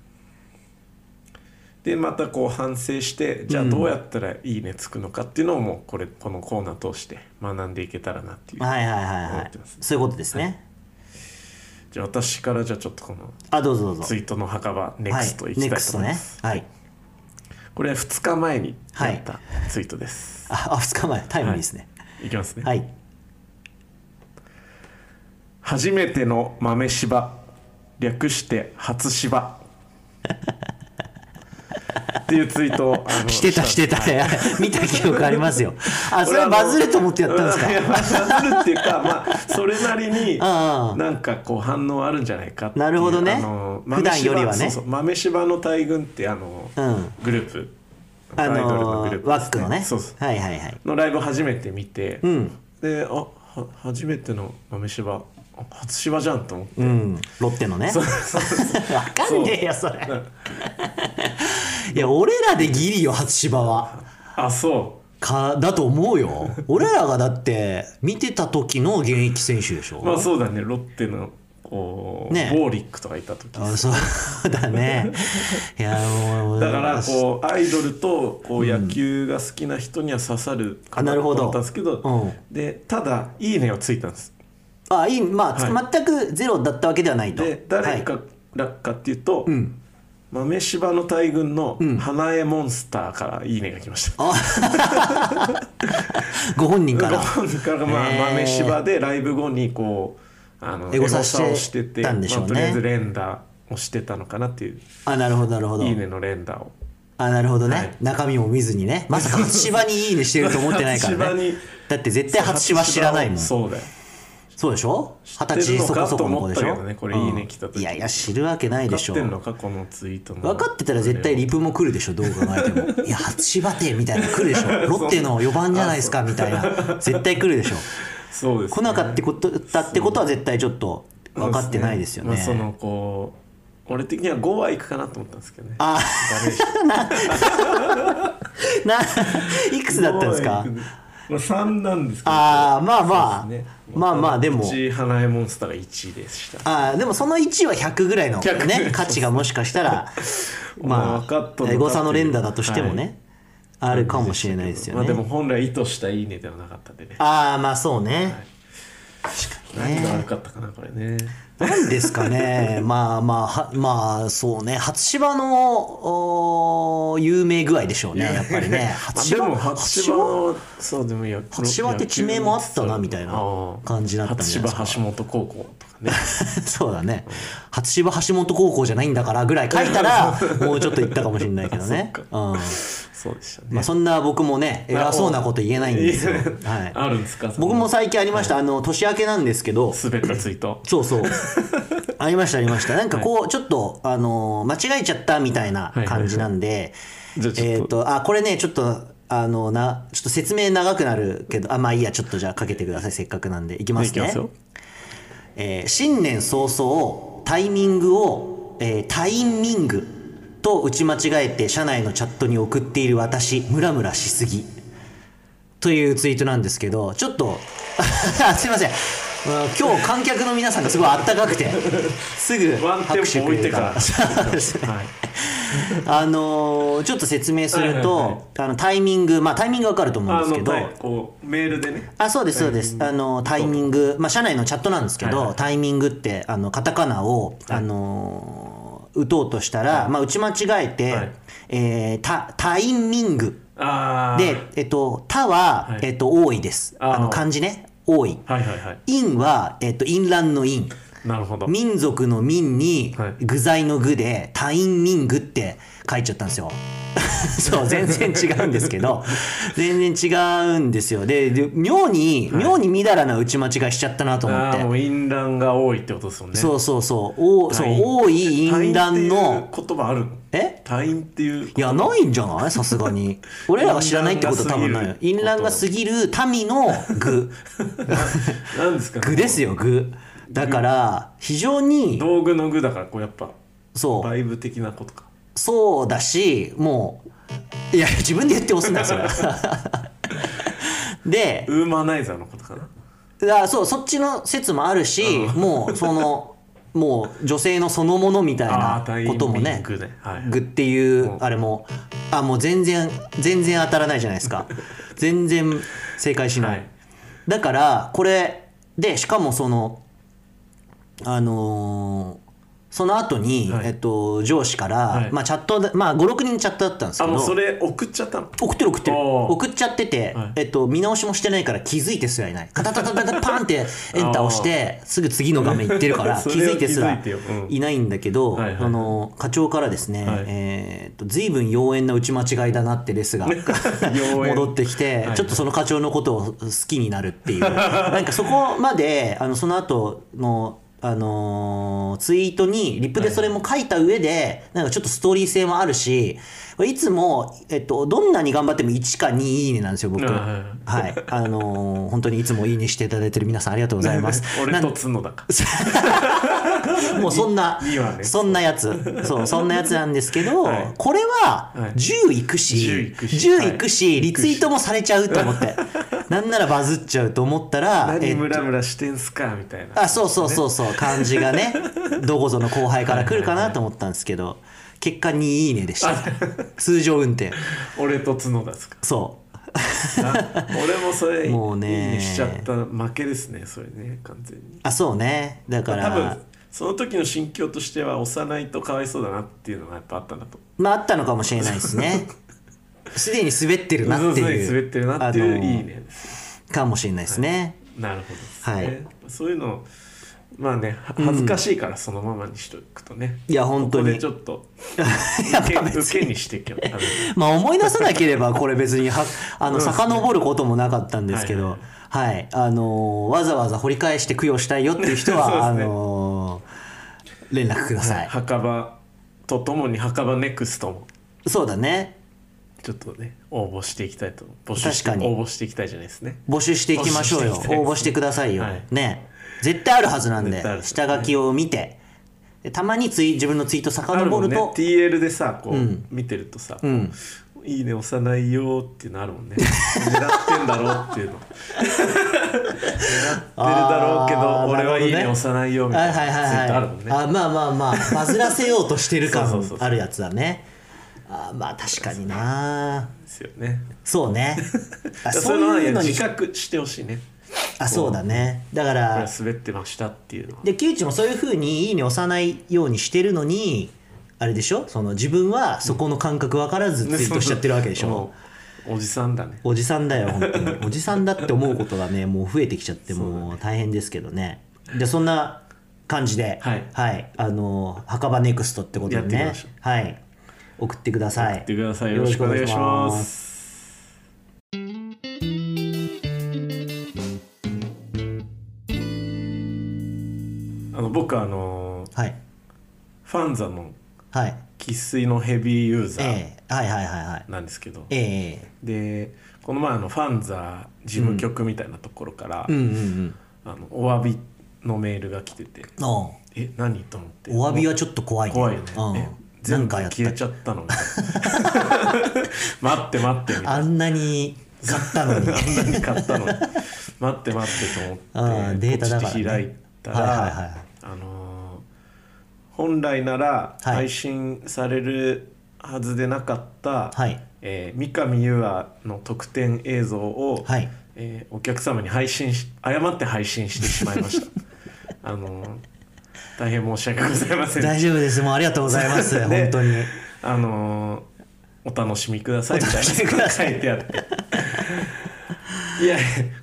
Speaker 1: でまたこう反省してじゃあどうやったらいいねつくのかっていうのをもうこれこのコーナー通して学んでいけたらなっていう、
Speaker 2: はいはいはい
Speaker 1: 思
Speaker 2: は
Speaker 1: っ
Speaker 2: い
Speaker 1: てます
Speaker 2: そういうことですね、
Speaker 1: じゃあ私からじゃあちょっとこの
Speaker 2: あどうぞどうぞ
Speaker 1: ツイートの墓場ネク
Speaker 2: はい
Speaker 1: ストいきた
Speaker 2: ネ
Speaker 1: いと
Speaker 2: クスト
Speaker 1: 思いま
Speaker 2: ね
Speaker 1: す、
Speaker 2: はい
Speaker 1: これ2日前にやったツイートです、
Speaker 2: ああ2日前タイムリーですね
Speaker 1: い、きますね、
Speaker 2: はい、
Speaker 1: 初めての豆柴略して初 柴っていうツイートをあの
Speaker 2: してたしてた、 見た記憶ありますよあそれはバズると思ってやったんですか
Speaker 1: 俺あのいやバズるっていうか、まあ、それなりに
Speaker 2: ああ
Speaker 1: なんかこう反応あるんじゃないかっていう
Speaker 2: なるほどね
Speaker 1: あの
Speaker 2: 普段よりは
Speaker 1: 豆柴そ
Speaker 2: ね
Speaker 1: うそう豆柴の大群ってあの、
Speaker 2: うん
Speaker 1: グループ
Speaker 2: あ
Speaker 1: アイドルの
Speaker 2: の
Speaker 1: グループで
Speaker 2: ー
Speaker 1: す
Speaker 2: ワックのね
Speaker 1: そうそう
Speaker 2: はいはいはい
Speaker 1: のライブ初めて見て、
Speaker 2: うん
Speaker 1: であは初めての豆柴あ初柴じゃんと思って。
Speaker 2: うんロッテのね
Speaker 1: そうそうそう
Speaker 2: わかんねえよそれいや俺らでギリよ初芝は
Speaker 1: あそ
Speaker 2: かだと思うよ俺らがだって見てた時の現役選手でしょ、
Speaker 1: うまあそうだねロッテのこう、
Speaker 2: ね
Speaker 1: ボーリックとかいた時だ
Speaker 2: あそうだねいやもう
Speaker 1: からこうアイドルとこう野球が好きな人には刺さるか
Speaker 2: あなる
Speaker 1: と
Speaker 2: ほど
Speaker 1: 思ったんですけど、
Speaker 2: う
Speaker 1: でただ「いいね」をついたんです
Speaker 2: あいいまあ、つ
Speaker 1: は
Speaker 2: 全くゼロだったわけではないと
Speaker 1: で誰
Speaker 2: はい
Speaker 1: からかっていうと、
Speaker 2: ん
Speaker 1: 豆柴の大群の花江モンスターから「いいね」が来ました、
Speaker 2: ご本人から
Speaker 1: ご本人からまあ
Speaker 2: へー
Speaker 1: 豆柴でライブ後にこうあの
Speaker 2: エゴサして
Speaker 1: エをしてて
Speaker 2: たんでしょうね
Speaker 1: まあ、とりあえず連打をしてたのかなっていう
Speaker 2: あなるほどなるほ
Speaker 1: 「
Speaker 2: ど
Speaker 1: いいね」の連打を。
Speaker 2: あなるほどね、
Speaker 1: はい
Speaker 2: 中身も見ずにねまさか初芝にいいねしてると思ってないから
Speaker 1: 初芝
Speaker 2: ね
Speaker 1: に
Speaker 2: だって絶対初芝知らないもんそ
Speaker 1: そう
Speaker 2: う
Speaker 1: だよ
Speaker 2: でしょ二
Speaker 1: て
Speaker 2: 十
Speaker 1: るの
Speaker 2: 歳そ
Speaker 1: か
Speaker 2: こそこの子でし
Speaker 1: と思
Speaker 2: ょ
Speaker 1: ったけどねこれいいね来た時
Speaker 2: うんいやいや知るわけないで
Speaker 1: 分
Speaker 2: し
Speaker 1: か
Speaker 2: ょ
Speaker 1: ってんのかこのツイートの
Speaker 2: 分かってたら絶対リプも来るでしょどう考えても いや初芝亭みたいなの来るでしょロッテの4番じゃないですか みたいな絶対来るでしょ
Speaker 1: そうです、
Speaker 2: 来なかったことだってことは絶対ちょっと分かってないですよね
Speaker 1: まあ、そのこう俺的には5はいくかなと思ったんですけどね
Speaker 2: あ
Speaker 1: ダメでし
Speaker 2: な いくつだったんですか
Speaker 1: 五はいくまあ、3なんですけど
Speaker 2: ああまあまあ、
Speaker 1: そうですね
Speaker 2: まあまあで
Speaker 1: う
Speaker 2: も
Speaker 1: ち花江モンスターが1位でした
Speaker 2: ああでもその1は100ぐらいの
Speaker 1: 100
Speaker 2: ね価値がもしかした ら
Speaker 1: まあ
Speaker 2: ま
Speaker 1: 分かっ
Speaker 2: あ
Speaker 1: とんのかっていう
Speaker 2: エゴサの連打だとしてもね、あるかもしれないですよね、
Speaker 1: まあ、でも本来意図した「いいね」ではなかったんでね
Speaker 2: ああまあそうね、
Speaker 1: 何が悪かったかなこれね
Speaker 2: なんですか ねまあまあはまあそうね初芝のおー有名具合でしょうねやっぱ りね初
Speaker 1: で
Speaker 2: 芝
Speaker 1: も初芝のそうでもいや
Speaker 2: 初芝って地名もあったなみたいな感じだったんじゃないですか
Speaker 1: 初芝橋本高校と かね
Speaker 2: そうだね初 芝橋本高校じゃないんだからぐらい書いたらもうちょっといったかもしれないけどね、うん、
Speaker 1: そうでしたね、
Speaker 2: まあ、そんな僕もね偉そうなこと言えないんですよ、
Speaker 1: いや
Speaker 2: は
Speaker 1: あるんですか
Speaker 2: い、僕も最近ありました、あの年明けなんですけど
Speaker 1: 滑ったツイート
Speaker 2: そうそう ありましたありましたなんかこうちょっと、あのー間違えちゃったみたいな感じなんで、
Speaker 1: はいはいじゃあ
Speaker 2: え
Speaker 1: ち
Speaker 2: っ、
Speaker 1: ょっと
Speaker 2: とあこれねちょっとあのなちょっと説明長くなるけどあまあいいやちょっとじゃあかけてくださいせっかくなんでいきま
Speaker 1: い
Speaker 2: す
Speaker 1: き
Speaker 2: ね
Speaker 1: ますよ
Speaker 2: えー新年早々タイミングを、えータイミングと打ち間違えて社内のチャットに送っている私ムラムラしすぎというツイートなんですけどちょっと すいませんうん今日観客の皆さんがすごいあったかくてすぐ
Speaker 1: ワンテン
Speaker 2: 拍手
Speaker 1: ポ
Speaker 2: く
Speaker 1: 置い
Speaker 2: れ
Speaker 1: て
Speaker 2: るか
Speaker 1: からら
Speaker 2: そうです ね
Speaker 1: はい
Speaker 2: あのーちょっと説明すると、
Speaker 1: はいはいはい
Speaker 2: あのタイミングまあタイミングわかると思うん
Speaker 1: あ
Speaker 2: ですけ
Speaker 1: の
Speaker 2: ど
Speaker 1: はいこうメールでね
Speaker 2: あそうですそうですあのタイミング、まあ、社内のチャットなんですけど、
Speaker 1: はいはい
Speaker 2: タイミングってあのカタカナを、あのー打とうとしたら、まあ、打ち間違えて、
Speaker 1: はい
Speaker 2: えーたタイミング
Speaker 1: ああ
Speaker 2: で、えっと「た」は、
Speaker 1: はい
Speaker 2: えっと、多いです
Speaker 1: あー
Speaker 2: あの漢字ね多い
Speaker 1: はいはいはい
Speaker 2: 「インは、えっと、淫乱の「ン
Speaker 1: なるほど
Speaker 2: 民族の「民」に
Speaker 1: はい
Speaker 2: 具材の「具」で「タイミング」って書いちゃったんで すよ。そう全然違うんですけど全然違うんですよでで妙に、妙にみだらな打ち間違いしちゃったなと思っ
Speaker 1: ああも
Speaker 2: て
Speaker 1: う淫乱が多いってことですよね
Speaker 2: そうそうそうおそう
Speaker 1: 隊員
Speaker 2: 多い淫乱
Speaker 1: 隊員っ
Speaker 2: の
Speaker 1: ていう言葉あるの
Speaker 2: え
Speaker 1: 隊員っていう
Speaker 2: いやないんじゃないさすが に俺らが知らないってこと多分ないよ淫
Speaker 1: 淫
Speaker 2: 乱
Speaker 1: 乱
Speaker 2: が
Speaker 1: が
Speaker 2: 過
Speaker 1: 過
Speaker 2: ぎる民の具
Speaker 1: なんですか
Speaker 2: 具ですよ具だから非常に
Speaker 1: 道具の具だからこうやっぱ
Speaker 2: そう
Speaker 1: バイブ的なことか
Speaker 2: そうだしもういや自分で言って押すんだよそれで
Speaker 1: ウーマナイザーのことかな
Speaker 2: あそうそっちの説もあるしもうそのもう女性のそのものみたい
Speaker 1: あ
Speaker 2: な
Speaker 1: ータイミン
Speaker 2: こ
Speaker 1: グ
Speaker 2: ともね
Speaker 1: ねはいはい
Speaker 2: グっていう
Speaker 1: うん
Speaker 2: あれもあもう全然全然当たらないじゃないですか全然正解しない、
Speaker 1: はい
Speaker 2: だからこれでしかもそのあのーその後に、
Speaker 1: はい
Speaker 2: えっと上司から、
Speaker 1: はい
Speaker 2: まあチャットでまあ56人チャットだったんですけ
Speaker 1: あ
Speaker 2: ど
Speaker 1: もうそれ送っちゃったの
Speaker 2: 送ってる送ってる
Speaker 1: おー
Speaker 2: 送っちゃってて、
Speaker 1: はい
Speaker 2: えっと、見直しもしてないから気づいてすらいないカタタタタ タパンってエンター押してすぐ次の画面行ってるから気
Speaker 1: それ
Speaker 2: づ
Speaker 1: はい
Speaker 2: てす
Speaker 1: 気
Speaker 2: ら
Speaker 1: づいてようん
Speaker 2: いないんだけど、
Speaker 1: はいはい
Speaker 2: あの課長からですね、
Speaker 1: はい
Speaker 2: えーっと随分妖艶な打ち間違いだなってですが
Speaker 1: 妖艶
Speaker 2: 戻ってきて、
Speaker 1: いはい
Speaker 2: ちょっとその課長のことを好きになる っていうなんかそこまであのその後のあのーツイートにリプでそれも書いた上で、なんかちょっとストーリー性もあるしいつも、えっと、どんなに頑張っても1か2いいねなんですよ僕
Speaker 1: あ
Speaker 2: は、
Speaker 1: はい
Speaker 2: あのー本当にいつもいいねしていただいてる皆さんありがとうございます
Speaker 1: 俺
Speaker 2: なん
Speaker 1: と角田か
Speaker 2: もうそんな、
Speaker 1: にはね
Speaker 2: そんなやつそうそんなやつなんですけど、
Speaker 1: はい
Speaker 2: これは
Speaker 1: はい
Speaker 2: 10いくし、
Speaker 1: 10いくし
Speaker 2: 10いくしリツイートもされちゃうと思ってなんならバズっちゃうと思ったら
Speaker 1: 何
Speaker 2: っと
Speaker 1: ムラムラしてんすかみたいな
Speaker 2: あそうそうそうそう感じが ねどこぞの後輩から来るかなと思ったんですけど結果にいいねでした通常運転
Speaker 1: 俺と角田ですか
Speaker 2: そう
Speaker 1: な俺もそれ
Speaker 2: もうね
Speaker 1: いいねしちゃった負けですねそれね完全に
Speaker 2: あそうねだか
Speaker 1: 多
Speaker 2: ら
Speaker 1: 分その時の心境としては幼いとかわいそうだなっていうのがやっぱあったんだと
Speaker 2: まああったのかもしれないで すねすでに滑ってるなって
Speaker 1: 嘘
Speaker 2: い
Speaker 1: に
Speaker 2: う
Speaker 1: 滑ってるなっていう、
Speaker 2: あの
Speaker 1: いいねです
Speaker 2: かもしれないですね、
Speaker 1: なるほどですね、
Speaker 2: はい
Speaker 1: そういうのまあねは恥ずかしいからそのままにしとくとね、
Speaker 2: いや本当に
Speaker 1: ここでちょっと
Speaker 2: いや
Speaker 1: 受け
Speaker 2: まあ別
Speaker 1: 受けにしていけばダメ
Speaker 2: まあ思い出さなければこれ別にはあの
Speaker 1: うん
Speaker 2: 遡ることもなかったんですけ
Speaker 1: は
Speaker 2: ど
Speaker 1: い、
Speaker 2: はいあのーわざわざ掘り返して供養したいよっていう人 は、
Speaker 1: そう
Speaker 2: あ
Speaker 1: ですね
Speaker 2: のー連絡ください。
Speaker 1: 墓場とともに墓場ネクストも
Speaker 2: そうだね
Speaker 1: ちょっとね応募していきたいと募集して
Speaker 2: 確かに
Speaker 1: 応募していきたいじゃないですね
Speaker 2: 募集していきましょう
Speaker 1: 募
Speaker 2: よ
Speaker 1: 集していきたいですね
Speaker 2: 応募してくださいよ、
Speaker 1: はい
Speaker 2: ね絶対あるはずなんで
Speaker 1: 絶対あるです
Speaker 2: 下書きを見てでたまにツイ自分のツイート
Speaker 1: ある
Speaker 2: 遡
Speaker 1: も
Speaker 2: る
Speaker 1: んね
Speaker 2: と
Speaker 1: TL でさこう、
Speaker 2: うん
Speaker 1: 見てるとさ、
Speaker 2: うん
Speaker 1: いいね押さないよーっていうのあるも んね狙ってんだろうっていうの狙ってるだろうけど
Speaker 2: あー
Speaker 1: 俺はいい
Speaker 2: な
Speaker 1: ね
Speaker 2: るほどね
Speaker 1: 押さないよみ
Speaker 2: は
Speaker 1: た
Speaker 2: い
Speaker 1: いな
Speaker 2: はい
Speaker 1: ツイ
Speaker 2: は
Speaker 1: ー
Speaker 2: い
Speaker 1: トあ
Speaker 2: は
Speaker 1: る
Speaker 2: い
Speaker 1: もんね、
Speaker 2: あまあまあまあバズらせようとしてる
Speaker 1: そう
Speaker 2: 感
Speaker 1: そうそうそう
Speaker 2: あるやつだねあまあ確かにな
Speaker 1: ですよね
Speaker 2: そう ねあ
Speaker 1: そういうのは自覚してほしいね
Speaker 2: あそうだねだか
Speaker 1: これ
Speaker 2: ら
Speaker 1: 滑ってましたっていうのは
Speaker 2: で木内もそういうふうに「いいね」押さないようにしてるのにあれでしょその自分はそこの感覚分からずツイートしちゃってるわけでしょ
Speaker 1: おじさんだね
Speaker 2: おじさんだよ本 当におじさんだって思うことがねもう増えてきちゃってもう大変ですけどねでそんな感じで
Speaker 1: はい
Speaker 2: はい、あの墓場ネクストってことで
Speaker 1: やっていき
Speaker 2: ね
Speaker 1: ましょ
Speaker 2: はい送ってください
Speaker 1: ってくださいよろしくお願いしますあの僕あの
Speaker 2: はい
Speaker 1: ファンザの
Speaker 2: はい
Speaker 1: 生粋のヘビーユーザー
Speaker 2: ええはいはいはいはい
Speaker 1: なんですけど、
Speaker 2: ええ
Speaker 1: でこの前あのファンザ事務局みたいなところから、
Speaker 2: うんうん
Speaker 1: あのお詫びのメールが来てて
Speaker 2: うんお
Speaker 1: 「え何?」と思って
Speaker 2: お詫びはちょっと怖いね
Speaker 1: 怖いよ
Speaker 2: うん
Speaker 1: ね、え
Speaker 2: な
Speaker 1: 全
Speaker 2: ん
Speaker 1: 部
Speaker 2: かやっ
Speaker 1: 消えち
Speaker 2: た
Speaker 1: ゃったのみたいな待って待ってみたいな
Speaker 2: あんなに買っ たのに
Speaker 1: あんなに買ったのに待って待ってと思
Speaker 2: あ
Speaker 1: っ
Speaker 2: ー
Speaker 1: て
Speaker 2: データだからね
Speaker 1: ポチッて開いたら、
Speaker 2: はいはいはい
Speaker 1: あのー本来なら
Speaker 2: はい
Speaker 1: 配信されるはずでなかった、
Speaker 2: はい
Speaker 1: えー三上優愛の特典映像を、
Speaker 2: はい
Speaker 1: えーお客様に配信し誤って配信してしまいま したあのー大変申し訳ございませんでした
Speaker 2: 大丈夫ですもうありがとうございます
Speaker 1: ね
Speaker 2: 本当に
Speaker 1: あのーお楽しみくださいみたいなのが書いてあって。いや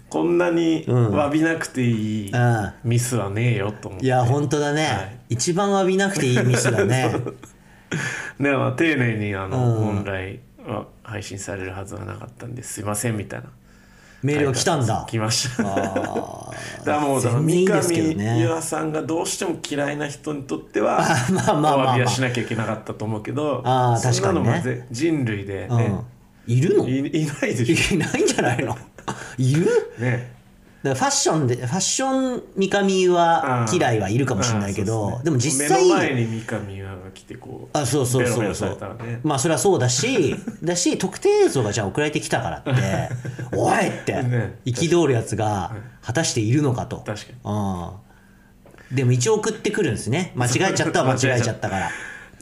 Speaker 1: こんなに
Speaker 2: ん
Speaker 1: 詫びなくていい
Speaker 2: うん
Speaker 1: ミスはねえよと思って、
Speaker 2: いや本当だね、
Speaker 1: はい
Speaker 2: 一番詫びなくていいミスだね
Speaker 1: でまあ丁寧にあの、
Speaker 2: うん
Speaker 1: 本来は配信されるはずはなかったんですいませんみたいな
Speaker 2: メールが来たんだ
Speaker 1: 来ましただか
Speaker 2: あー
Speaker 1: らもうだから
Speaker 2: 全
Speaker 1: 三
Speaker 2: 然いいです
Speaker 1: 上
Speaker 2: けど
Speaker 1: 優
Speaker 2: ね
Speaker 1: 愛さんがどうしても嫌いな人にとっては
Speaker 2: まあまあまあま
Speaker 1: お詫
Speaker 2: あ
Speaker 1: びはしなきゃいけなかったと思うけど
Speaker 2: あー確かにね
Speaker 1: そんなのもぜ人類で
Speaker 2: う
Speaker 1: ね
Speaker 2: ん、いるのい
Speaker 1: いいないでし
Speaker 2: ないんじゃないのいる
Speaker 1: ょね
Speaker 2: だからファッションでファッション三上は 嫌いはいるかもしれないけ
Speaker 1: ああ
Speaker 2: ど
Speaker 1: そうすね
Speaker 2: でも実
Speaker 1: 目の
Speaker 2: 際
Speaker 1: 前に三上が来てこう
Speaker 2: あそうそう
Speaker 1: ベロ
Speaker 2: そ
Speaker 1: ベ
Speaker 2: う
Speaker 1: ロ
Speaker 2: そ
Speaker 1: され
Speaker 2: う
Speaker 1: たらね
Speaker 2: まあそれはそうだ しだし特定映像がじゃあ送られてきたからって「おい!」って
Speaker 1: ね
Speaker 2: 憤るやつが果たしているのかと
Speaker 1: 確かに
Speaker 2: うん、でも一応送ってくるんですね間違えちゃったは間違えちゃったか
Speaker 1: だ
Speaker 2: ら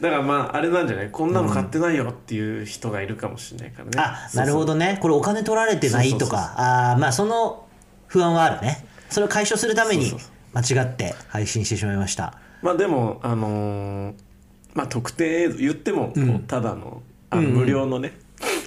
Speaker 1: からまああれなんじゃないこんなの買ってないよっていう人がいるかもしれないからね、
Speaker 2: あ
Speaker 1: そうそう
Speaker 2: なるほどねこれお金取られてないと
Speaker 1: そうそうそう
Speaker 2: かあーまあその不安はあるねそれを解消するために
Speaker 1: そうそ
Speaker 2: 間違って配信してしまいました
Speaker 1: まあでもあのーまあ特典映像言ってもこうただの,、あの無料のね、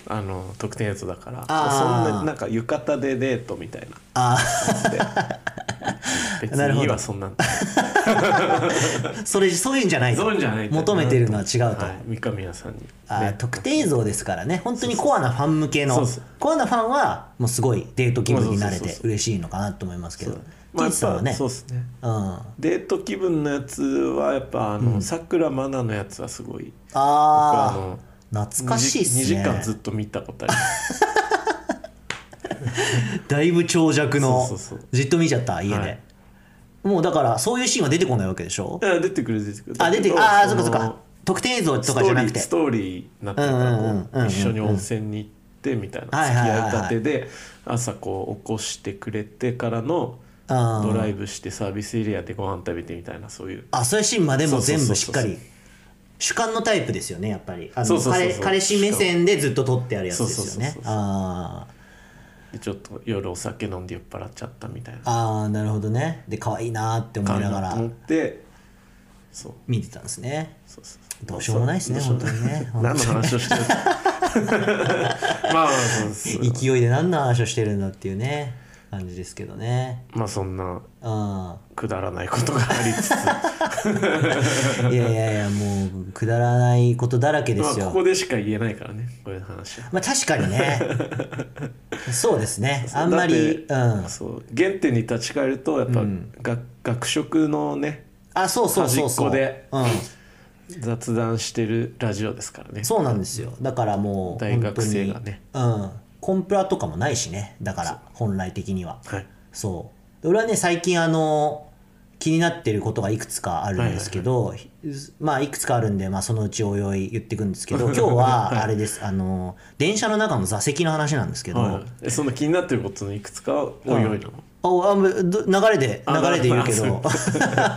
Speaker 1: あの特典映像だから
Speaker 2: あー
Speaker 1: そんななんか浴衣でデートみたいな
Speaker 2: あ
Speaker 1: 感じで 別
Speaker 2: なる
Speaker 1: にい
Speaker 2: ほ
Speaker 1: い
Speaker 2: ど
Speaker 1: わそんなん
Speaker 2: ーそれそういうんじゃない
Speaker 1: そういうんじゃないと
Speaker 2: 求めてるのは違うと、
Speaker 1: はい、三上屋さんに、ね、
Speaker 2: あー特定映像ですからね本当にコアなファン向けの
Speaker 1: そうそう
Speaker 2: コアなファンはもうすごいデート気分になれ
Speaker 1: そうそう
Speaker 2: て
Speaker 1: そうそう
Speaker 2: 嬉しいのかなと思いますけど
Speaker 1: まあ
Speaker 2: 金
Speaker 1: やっ
Speaker 2: さんは
Speaker 1: ぱ、
Speaker 2: ね
Speaker 1: そうですね
Speaker 2: うん、あ
Speaker 1: デート気分のやつはやっぱあのさくらまなのやつはすごい
Speaker 2: あー懐か
Speaker 1: 二
Speaker 2: しい
Speaker 1: 時
Speaker 2: っすね
Speaker 1: 2時間ずっと見たことあります
Speaker 2: だいぶ長尺の
Speaker 1: そうそうそう
Speaker 2: じっと見ちゃった家で、
Speaker 1: はい
Speaker 2: もうだからそういうシーンは出てこないわけでしょ
Speaker 1: いや出てくる出てくる
Speaker 2: あ出て
Speaker 1: だけど
Speaker 2: ああそっ
Speaker 1: の
Speaker 2: かそっか特典映像と
Speaker 1: スト
Speaker 2: かじゃ
Speaker 1: ー
Speaker 2: な
Speaker 1: リ
Speaker 2: く
Speaker 1: ー
Speaker 2: て
Speaker 1: ストーリーになってるか
Speaker 2: うんうんう
Speaker 1: ら
Speaker 2: んうん
Speaker 1: こ
Speaker 2: うん
Speaker 1: う一緒に温泉に行ってみたい
Speaker 2: は
Speaker 1: ない
Speaker 2: はいは
Speaker 1: 付
Speaker 2: いはい
Speaker 1: き合いたてで朝こう起こしてくれてからの
Speaker 2: あー
Speaker 1: ドライブしてサービスエリアでご飯食べてみたいなそういう
Speaker 2: あそういうシーンまでも全部しっか
Speaker 1: そう
Speaker 2: り主観のタイプですよねやっぱりあの
Speaker 1: そうそうそうそう
Speaker 2: 彼彼氏目線でずっと撮ってあるやつですよ
Speaker 1: そう
Speaker 2: ね
Speaker 1: そうそうそう
Speaker 2: あー
Speaker 1: でちょっと夜お酒飲んで酔っ払っちゃったみたいな
Speaker 2: あーなるほどねで可愛いなーって思い
Speaker 1: 感じ
Speaker 2: なが
Speaker 1: だと思っ
Speaker 2: ら
Speaker 1: てそう
Speaker 2: 見てたんですね
Speaker 1: そうそうそう
Speaker 2: どうしようもないですね
Speaker 1: そう
Speaker 2: 本当にね
Speaker 1: 何の話をしてるまあまあそうです
Speaker 2: 勢いで何の話をしてるんだっていうね感じですけどね
Speaker 1: まあそんな
Speaker 2: うん
Speaker 1: くだらないことがありつつ
Speaker 2: いやいやいやもうくだらないことだらけで
Speaker 1: まあ
Speaker 2: すよ
Speaker 1: ここでしか言えないからねこういう話は
Speaker 2: まあ確かに ねそうですねあんまりう
Speaker 1: だって
Speaker 2: ん
Speaker 1: そう原点に立ち返るとやっぱ、が学食のね
Speaker 2: あそうそうそうそう
Speaker 1: 端っこで
Speaker 2: うん、
Speaker 1: 雑談してるラジオですからね
Speaker 2: そうなんですよだからもう
Speaker 1: 大学生がね
Speaker 2: 本当にうんコンプラとかもないしねだから本来的には
Speaker 1: はい
Speaker 2: そうで俺はね最近あの気になってることがいくつかあるんですけど、ひまあいくつかあるんで、まあ、そのうちおいおい言っていくんですけど今日 はあれです、あの電車の中の座席の話なんですけど、
Speaker 1: はいえその気になってることのいくつかをおいおいの、
Speaker 2: ああむど流れで
Speaker 1: あ
Speaker 2: 流れで言うけど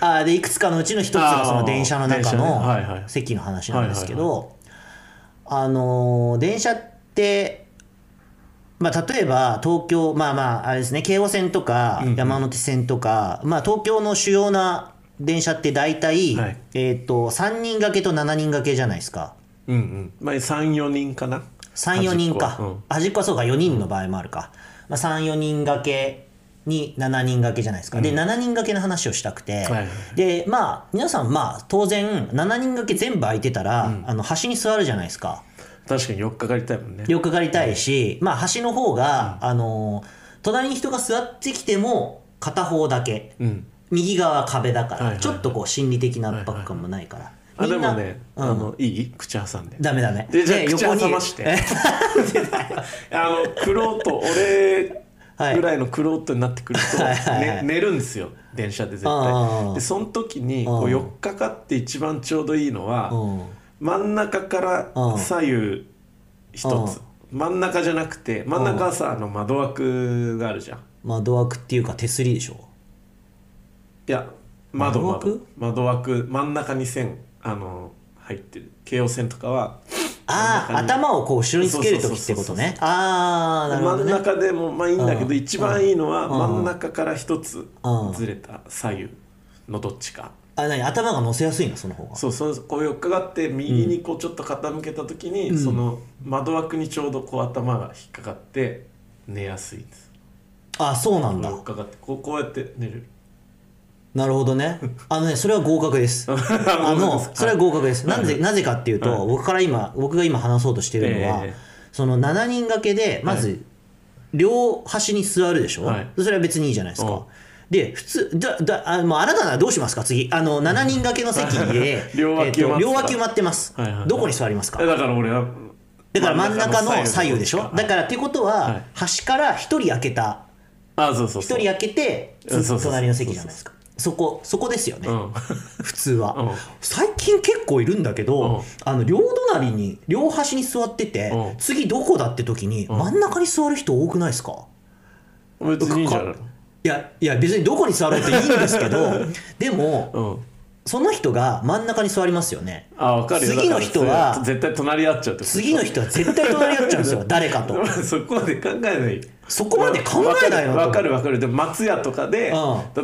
Speaker 2: あでいくつかのうちの一つがその電車の中
Speaker 1: あー電車ねはいは
Speaker 2: の
Speaker 1: い
Speaker 2: 席の話なんですけどあのー電車って、まあ、例えば東京まあまああれですね京王線とか山手線とか、まあ、東京の主要な電車って大体、
Speaker 1: はい
Speaker 2: えー、と3人掛けと7人掛けじゃないですか
Speaker 1: うんうんまあ34人かな
Speaker 2: 34
Speaker 1: 端っ
Speaker 2: 人
Speaker 1: こは
Speaker 2: か端っこはそうか4人の場合もあるか、まあ、34人掛けに7人掛けじゃないですか、で7人掛けの話をしたくて、
Speaker 1: はいはい
Speaker 2: でまあ皆さんまあ当然7人掛け全部空いてたら、あの端に座るじゃないですか
Speaker 1: 確かに4日かかりたいもんね
Speaker 2: よくがりたいし、まあ端の方が、あの隣に人が座ってきても片方だけ、
Speaker 1: うん
Speaker 2: 右側は壁だから、
Speaker 1: はいはい
Speaker 2: ちょっとこう心理的な圧迫感もないから、
Speaker 1: あで
Speaker 2: みんな
Speaker 1: もね、
Speaker 2: うん
Speaker 1: あのいい口挟んで
Speaker 2: ダメダメ
Speaker 1: でじゃあ
Speaker 2: で
Speaker 1: 口
Speaker 2: 横に
Speaker 1: 挟まして あのクロート俺
Speaker 2: はい
Speaker 1: ぐらいのクロートになってくると、
Speaker 2: はいはいはい
Speaker 1: ね寝るんですよ電車で絶
Speaker 2: うんうんうん
Speaker 1: 対でその時にこ
Speaker 2: う
Speaker 1: うん4日かって一番ちょうどいいのは、
Speaker 2: うん
Speaker 1: 真ん中か
Speaker 2: う
Speaker 1: ら
Speaker 2: ん
Speaker 1: 左右一つ、真ん中じゃなくて真ん中はさ、あの窓枠があるじゃん
Speaker 2: 窓枠っていうか手すりでしょ
Speaker 1: いや窓
Speaker 2: 窓枠
Speaker 1: 窓窓枠真ん中に線あの入ってる京王線とかは
Speaker 2: ああ
Speaker 1: 真ん中に
Speaker 2: 頭をこう後ろにつける時ってことねああなるほ
Speaker 1: 真
Speaker 2: ど
Speaker 1: ん
Speaker 2: ね
Speaker 1: 中でもまあいいんだけ
Speaker 2: う
Speaker 1: ど
Speaker 2: ん
Speaker 1: 一番いいのは
Speaker 2: うん
Speaker 1: 真ん中から一つ
Speaker 2: うん
Speaker 1: ずれた左右のどっちか
Speaker 2: あ何頭が乗せやすいのその方が
Speaker 1: そうそうこうよっかかって右にこうちょっと傾けた時にその窓枠にちょうどこう頭が引っかかって寝やすいんです
Speaker 2: あそうなんだ
Speaker 1: よっかかってこうこうやって寝る
Speaker 2: なるほ どねあのねそれは合格ですあのそれは合格ですなぜなぜかっていうと僕から今僕が今話そうとしてるのは
Speaker 1: ええ
Speaker 2: その7人掛けでま
Speaker 1: は
Speaker 2: ず両端に座るでしょ
Speaker 1: はい
Speaker 2: それは別にいいじゃないです
Speaker 1: う
Speaker 2: か
Speaker 1: ん
Speaker 2: で普通だだあもうあなたならどうしますか次あの7人掛けの席で
Speaker 1: 両脇
Speaker 2: えっ
Speaker 1: 埋
Speaker 2: と
Speaker 1: まってた
Speaker 2: 両脇埋まってます
Speaker 1: はいはいはい
Speaker 2: どこに座りますか
Speaker 1: えだから俺は
Speaker 2: だから真ん中の左右でしょだからっていうこと
Speaker 1: は
Speaker 2: はい端から一人開けた
Speaker 1: らあそうそう
Speaker 2: 一
Speaker 1: そう
Speaker 2: 人開けて
Speaker 1: うんそうそうそう
Speaker 2: 隣の席じゃないですかそこそこですよね
Speaker 1: うん
Speaker 2: 普通は、
Speaker 1: うん
Speaker 2: 最近結構いるんだけど、
Speaker 1: うん
Speaker 2: あの両隣に両端に座ってて、
Speaker 1: うん
Speaker 2: 次どこだって時に真ん中に座る人多くないですか、
Speaker 1: 別にいいんじゃない
Speaker 2: いやいや別にどこに座ろうっていいんですけど でも
Speaker 1: うん
Speaker 2: その人が真ん中に座りますよね
Speaker 1: あ分かるよ
Speaker 2: 次の人は
Speaker 1: だからそれ絶対隣り合っちゃうってこと
Speaker 2: 次の人は絶対隣り合っちゃうんですよ誰かと
Speaker 1: そこまで考えない
Speaker 2: そこまで考えないの
Speaker 1: わかるわかるでも松屋とかで、例
Speaker 2: う
Speaker 1: えば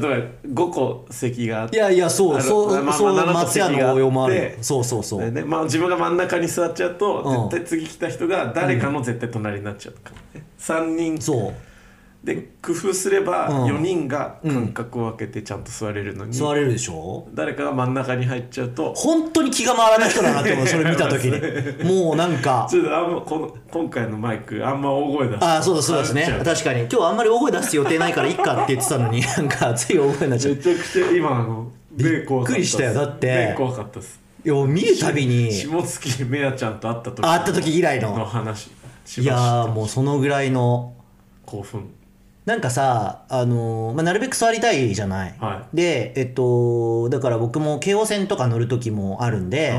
Speaker 1: 5個席があっ
Speaker 2: い
Speaker 1: て
Speaker 2: やいや
Speaker 1: あ
Speaker 2: そう
Speaker 1: の
Speaker 2: そう、
Speaker 1: まあ
Speaker 2: そう
Speaker 1: まあまあ
Speaker 2: 松屋の応用もあ
Speaker 1: 七
Speaker 2: る
Speaker 1: 席があって
Speaker 2: そうそうそう、
Speaker 1: ねまあ、自分が真ん中に座っちゃうと、
Speaker 2: う
Speaker 1: 絶
Speaker 2: ん
Speaker 1: 対次来た人が誰かの絶対隣になっちゃうからね3人
Speaker 2: そう
Speaker 1: で工夫すれば
Speaker 2: うん
Speaker 1: 4人が間隔を空けてちゃんと座れるのに、
Speaker 2: 座れるでしょ
Speaker 1: 誰かが真ん中に入っちゃうと
Speaker 2: 本当に気が回らない人だなって 思うそれ見た時にもうなんか
Speaker 1: ちょっとあんまこの今回のマイクあんま大声出すと
Speaker 2: ああそうだそうですね
Speaker 1: 疲れちゃ
Speaker 2: 確かに今日あんまり大声出す予定ないからいっかって言ってたのになんかつい大声になっちゃ
Speaker 1: め
Speaker 2: う
Speaker 1: ちゃくちゃ今あの目怖かった
Speaker 2: びっくりしたよだって
Speaker 1: 目怖かったです
Speaker 2: いや見るたびに
Speaker 1: 下月めやちゃんと会った時
Speaker 2: あ会った時以来の
Speaker 1: の話し
Speaker 2: い
Speaker 1: ま
Speaker 2: や
Speaker 1: し
Speaker 2: ー
Speaker 1: た
Speaker 2: もうそのぐらいの
Speaker 1: 興奮
Speaker 2: なんかさ、あのーまあ、なるべく座りたいじゃない、
Speaker 1: は
Speaker 2: でえっとだから僕も京王線とか乗る時もあるんで、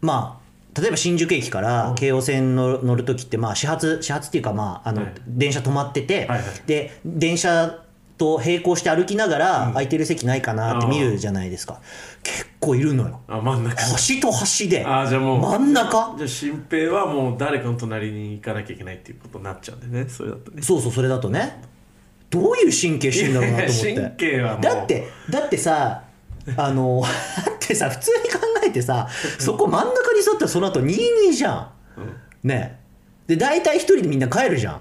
Speaker 2: まあ例えば新宿駅から京王線の乗る時ってまあ始発始発っていうかまああの、
Speaker 1: はい
Speaker 2: 電車止まってて、
Speaker 1: はいはい
Speaker 2: で電車と並行して歩きながら空いてる席ないかなって見るじゃないですか、結構いるのよ
Speaker 1: あ真ん中
Speaker 2: 端と端で
Speaker 1: あーじゃあもう
Speaker 2: 真ん中
Speaker 1: じゃあ新平はもう誰かの隣に行かなきゃいけないっていうことになっちゃうんでねそれだとね
Speaker 2: そうそうそれだとねどういう神経してんだろうなと思って
Speaker 1: いや神経はもう
Speaker 2: だってだってさあの だってさ普通に考えてさそこ真ん中に座ったらその後22じゃん、ねで大体1人でみんな帰るじゃん、
Speaker 1: ん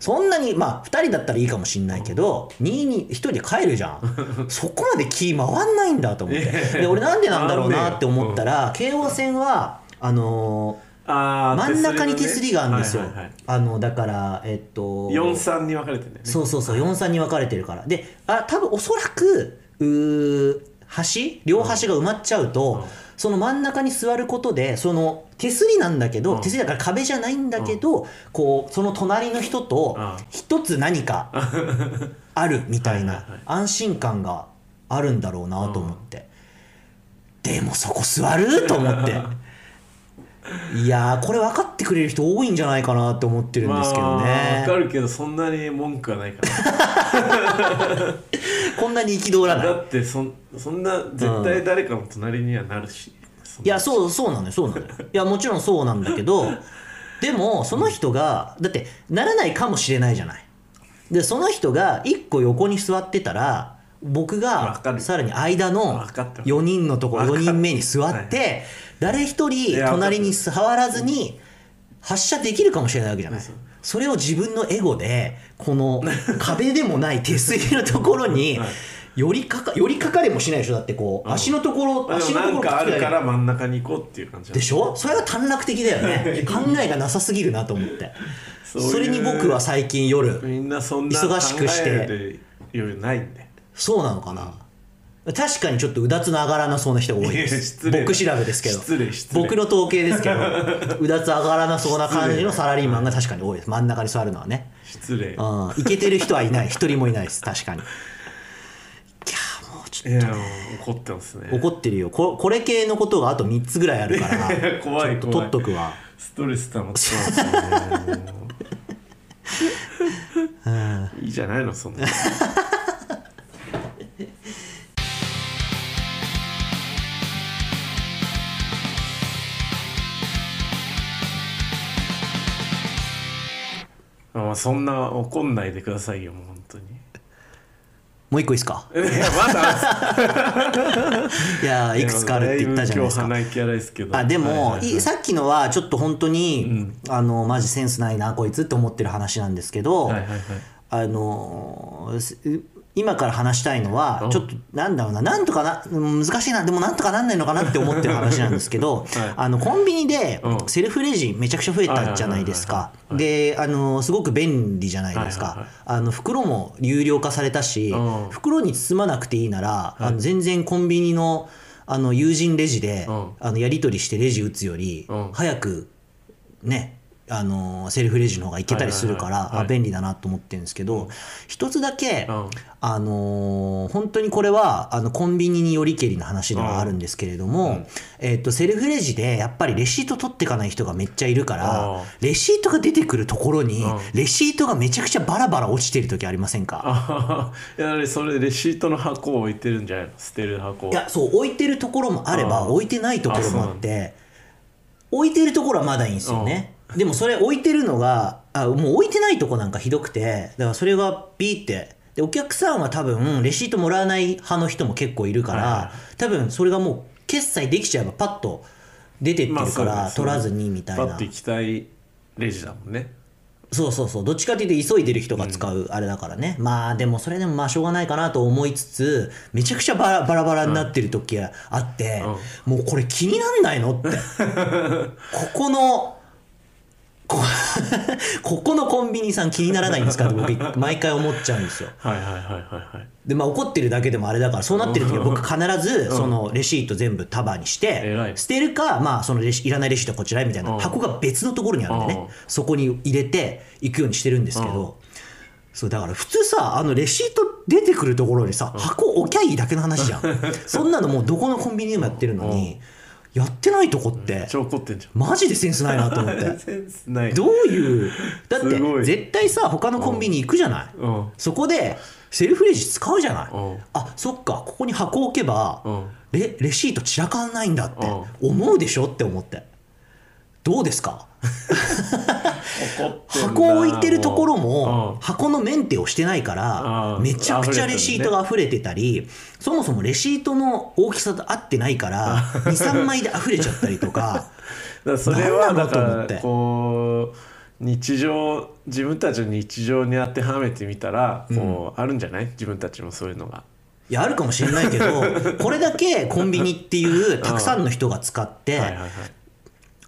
Speaker 2: そんなにまあ2人だったらいいかもしんないけど、二に1人で帰るじゃんそこまで気回んないんだと思ってで俺なんでなんだろうなって思ったら京王線はあのー
Speaker 1: あ
Speaker 2: 真ん中に手すりがあるんですよ、
Speaker 1: はいはいはい
Speaker 2: あのだからえっと
Speaker 1: 43に分かれてんだよね
Speaker 2: そうそうそう43に分かれてるからであ多分おそらくうー端両端が埋まっちゃうと、
Speaker 1: うん
Speaker 2: その真ん中に座ることでその手すりなんだけど、
Speaker 1: うん
Speaker 2: 手すりだから壁じゃないんだけど、こうその隣の人と
Speaker 1: うん
Speaker 2: 一つ何 かあるみたい
Speaker 1: はいはいは
Speaker 2: ない安心感があるんだろうなと思って、でもそこ座ると思って いやーこれ分かってくれる人多いんじゃないかなと思ってるんですけどね、
Speaker 1: まあ分かるけどそんなに文句はないから
Speaker 2: こんなに憤らない
Speaker 1: だってそんそんな絶対誰かの隣にはなるし、そん
Speaker 2: い
Speaker 1: な
Speaker 2: やそうそうなのよそうなのよいやもちろんそうなんだけどでもその人がだってならないかもしれないじゃないでその人が1個横に座ってたら僕
Speaker 1: わか
Speaker 2: が
Speaker 1: る
Speaker 2: さらに間の
Speaker 1: わかってます
Speaker 2: 4人のとこ
Speaker 1: わか
Speaker 2: 4
Speaker 1: る
Speaker 2: 人目に座
Speaker 1: は
Speaker 2: っ
Speaker 1: い
Speaker 2: て誰一人隣に座らずに発射できるかもしれないわけじゃない
Speaker 1: そう
Speaker 2: それを自分のエゴでこの壁でもない手すりのところに
Speaker 1: はい
Speaker 2: よりかかよりかかれもしないでしょだってこう
Speaker 1: うん
Speaker 2: 足のところ、
Speaker 1: あでも
Speaker 2: 足の
Speaker 1: な
Speaker 2: とこ
Speaker 1: ん
Speaker 2: ろ
Speaker 1: かあるか
Speaker 2: くっつけられ
Speaker 1: ら真ん中に行こうっていう感じ
Speaker 2: でしょそれが短絡的だ よね考えがなさすぎるなと思って
Speaker 1: そ
Speaker 2: そう
Speaker 1: いう
Speaker 2: れに僕は最近夜
Speaker 1: みんなそんな
Speaker 2: 忙しくして
Speaker 1: 考える余裕ないんで
Speaker 2: そうなのかな確かにちょっとうだつの上がらなそうな人が多いで
Speaker 1: いや
Speaker 2: す
Speaker 1: 失礼だ
Speaker 2: 僕調べですけど
Speaker 1: 失礼失礼
Speaker 2: 僕の統計で すけどうだつ上がらなそうな感じのサラリーマンが確かに多いです真ん中に座るのはね
Speaker 1: 失礼
Speaker 2: うん、いけてる人はいない、一人もいないです、確かに。いやーもうち
Speaker 1: い
Speaker 2: ょっ
Speaker 1: やもう怒ってますね
Speaker 2: と怒ってるよこ。これ系のことがあと3つぐらいあるから、
Speaker 1: や 怖い
Speaker 2: ちょっと
Speaker 1: 怖
Speaker 2: 取
Speaker 1: い
Speaker 2: っとくわ。
Speaker 1: ストレス溜まってますよねもういいじゃないのそんなまあそんな怒んないでくださいよもう本当に
Speaker 2: もう一個いいですか
Speaker 1: いやまだ
Speaker 2: いやーい くつかあるって言ったじゃないです
Speaker 1: や
Speaker 2: か。
Speaker 1: だぶ今日鼻息荒いですけど
Speaker 2: あでも、
Speaker 1: はい
Speaker 2: い
Speaker 1: はいはい
Speaker 2: さっきのはちょっと本当に、あのマジセンスないなこいつって思ってる話なんですけど、
Speaker 1: はいはいはい
Speaker 2: あのーす今から話したいのは
Speaker 1: お
Speaker 2: ちょっとなんだろうななんとかなうん難しいなでもなんとかなんないのかなって思ってる話なんです けど、あのコンビニで
Speaker 1: うん
Speaker 2: セルフレジめちゃくちゃ増えたじゃないですかであのーすごく便利じゃないです
Speaker 1: はいはい
Speaker 2: か
Speaker 1: はい
Speaker 2: あの袋も有料化されたし
Speaker 1: うん
Speaker 2: 袋に包まなくていいならあの全然コンビニのあの友人レジで
Speaker 1: うん
Speaker 2: あのやり取りしてレジ打つより
Speaker 1: うん
Speaker 2: 早くねあのーセルフレジの方がいけたりするか
Speaker 1: はいはいはい
Speaker 2: ら
Speaker 1: は
Speaker 2: あ
Speaker 1: い
Speaker 2: 便利だなと思ってるんですけど一つだけ、
Speaker 1: うん
Speaker 2: あのー本当にこれはあのコンビニによりけりの話ではあるんですけれども、えっとセルフレジでやっぱりレシート取っていかない人がめっちゃいるから
Speaker 1: あ
Speaker 2: レシートが出てくるところに
Speaker 1: うん
Speaker 2: レシートがめちゃくちゃバラバラ落ちてる時ありませんか
Speaker 1: あーいやあれそれレシートの箱を置いてるんじゃないの捨てる箱を
Speaker 2: いやそう置いてるところもあれば
Speaker 1: うん
Speaker 2: 置いてないところもあって置いてるところはまだいいんですよねでもそれ置いてるのがあもう置いてないとこなんかひどくてだからそれがビーってでお客さんは多分レシートもらわない派の人も結構いるか
Speaker 1: はい
Speaker 2: ら多分それがもう決済できちゃえばパッと出てってるか
Speaker 1: まあ
Speaker 2: ら
Speaker 1: そう
Speaker 2: 取
Speaker 1: だね
Speaker 2: らずにみたい
Speaker 1: パッ
Speaker 2: な
Speaker 1: て行きたいレジだもんね
Speaker 2: そうそうそうどっちかっていうと急いでる人が使うあれだからね、まあでもそれでもまあしょうがないかなと思いつつめちゃくちゃバラバラバラになってる時があって、もうこれ気になんないのって ここのこ ここのコンビニさん気にならないんですかって僕毎回思っちゃうんですよ
Speaker 1: はいはいはいはいはい
Speaker 2: でまあ怒ってるだけでもあれだからそうなってる時は僕必ずそのレシート全部束にして
Speaker 1: 偉い
Speaker 2: 捨てるかまあそのレシいらないレシートはこちらへみたいな
Speaker 1: うん
Speaker 2: 箱が別のところにあるんで
Speaker 1: うん
Speaker 2: ねそこに入れていくようにしてるんですけどそうだから普通さあのレシート出てくるところにさ箱置きゃいいだけの話 じゃんそんなのもうどこのコンビニでもやってるのにやってないとこって
Speaker 1: 超怒ってんじ
Speaker 2: マジでセンスないなと思っ
Speaker 1: ゃん
Speaker 2: て
Speaker 1: センスない
Speaker 2: どういうだっ
Speaker 1: すご
Speaker 2: て
Speaker 1: い
Speaker 2: 絶対さ他のコンビニ行くじゃない
Speaker 1: うん
Speaker 2: そこでセルフレジ使うじゃない
Speaker 1: うん
Speaker 2: あそっかここに箱置けば
Speaker 1: うん
Speaker 2: レレシート散らかんないんだって
Speaker 1: う
Speaker 2: 思うでしょって思ってどうですか
Speaker 1: 怒ってんな
Speaker 2: 箱置いてるところも
Speaker 1: も
Speaker 2: 箱のメンテをしてないから
Speaker 1: うん
Speaker 2: めちゃくちゃレシートが溢れてたりそもそもレシートの大きさと合ってないから23枚で溢れちゃったり とか
Speaker 1: うだからそれは
Speaker 2: なん
Speaker 1: だ
Speaker 2: なんだ
Speaker 1: か
Speaker 2: と思って
Speaker 1: らこう日常自分たちの日常に当てはめてみたらこうあるんじゃない自分たちもそういうのが
Speaker 2: いやあるかもしれない けどこれだけコンビニっていうたくさんの人が使って
Speaker 1: はいはいはい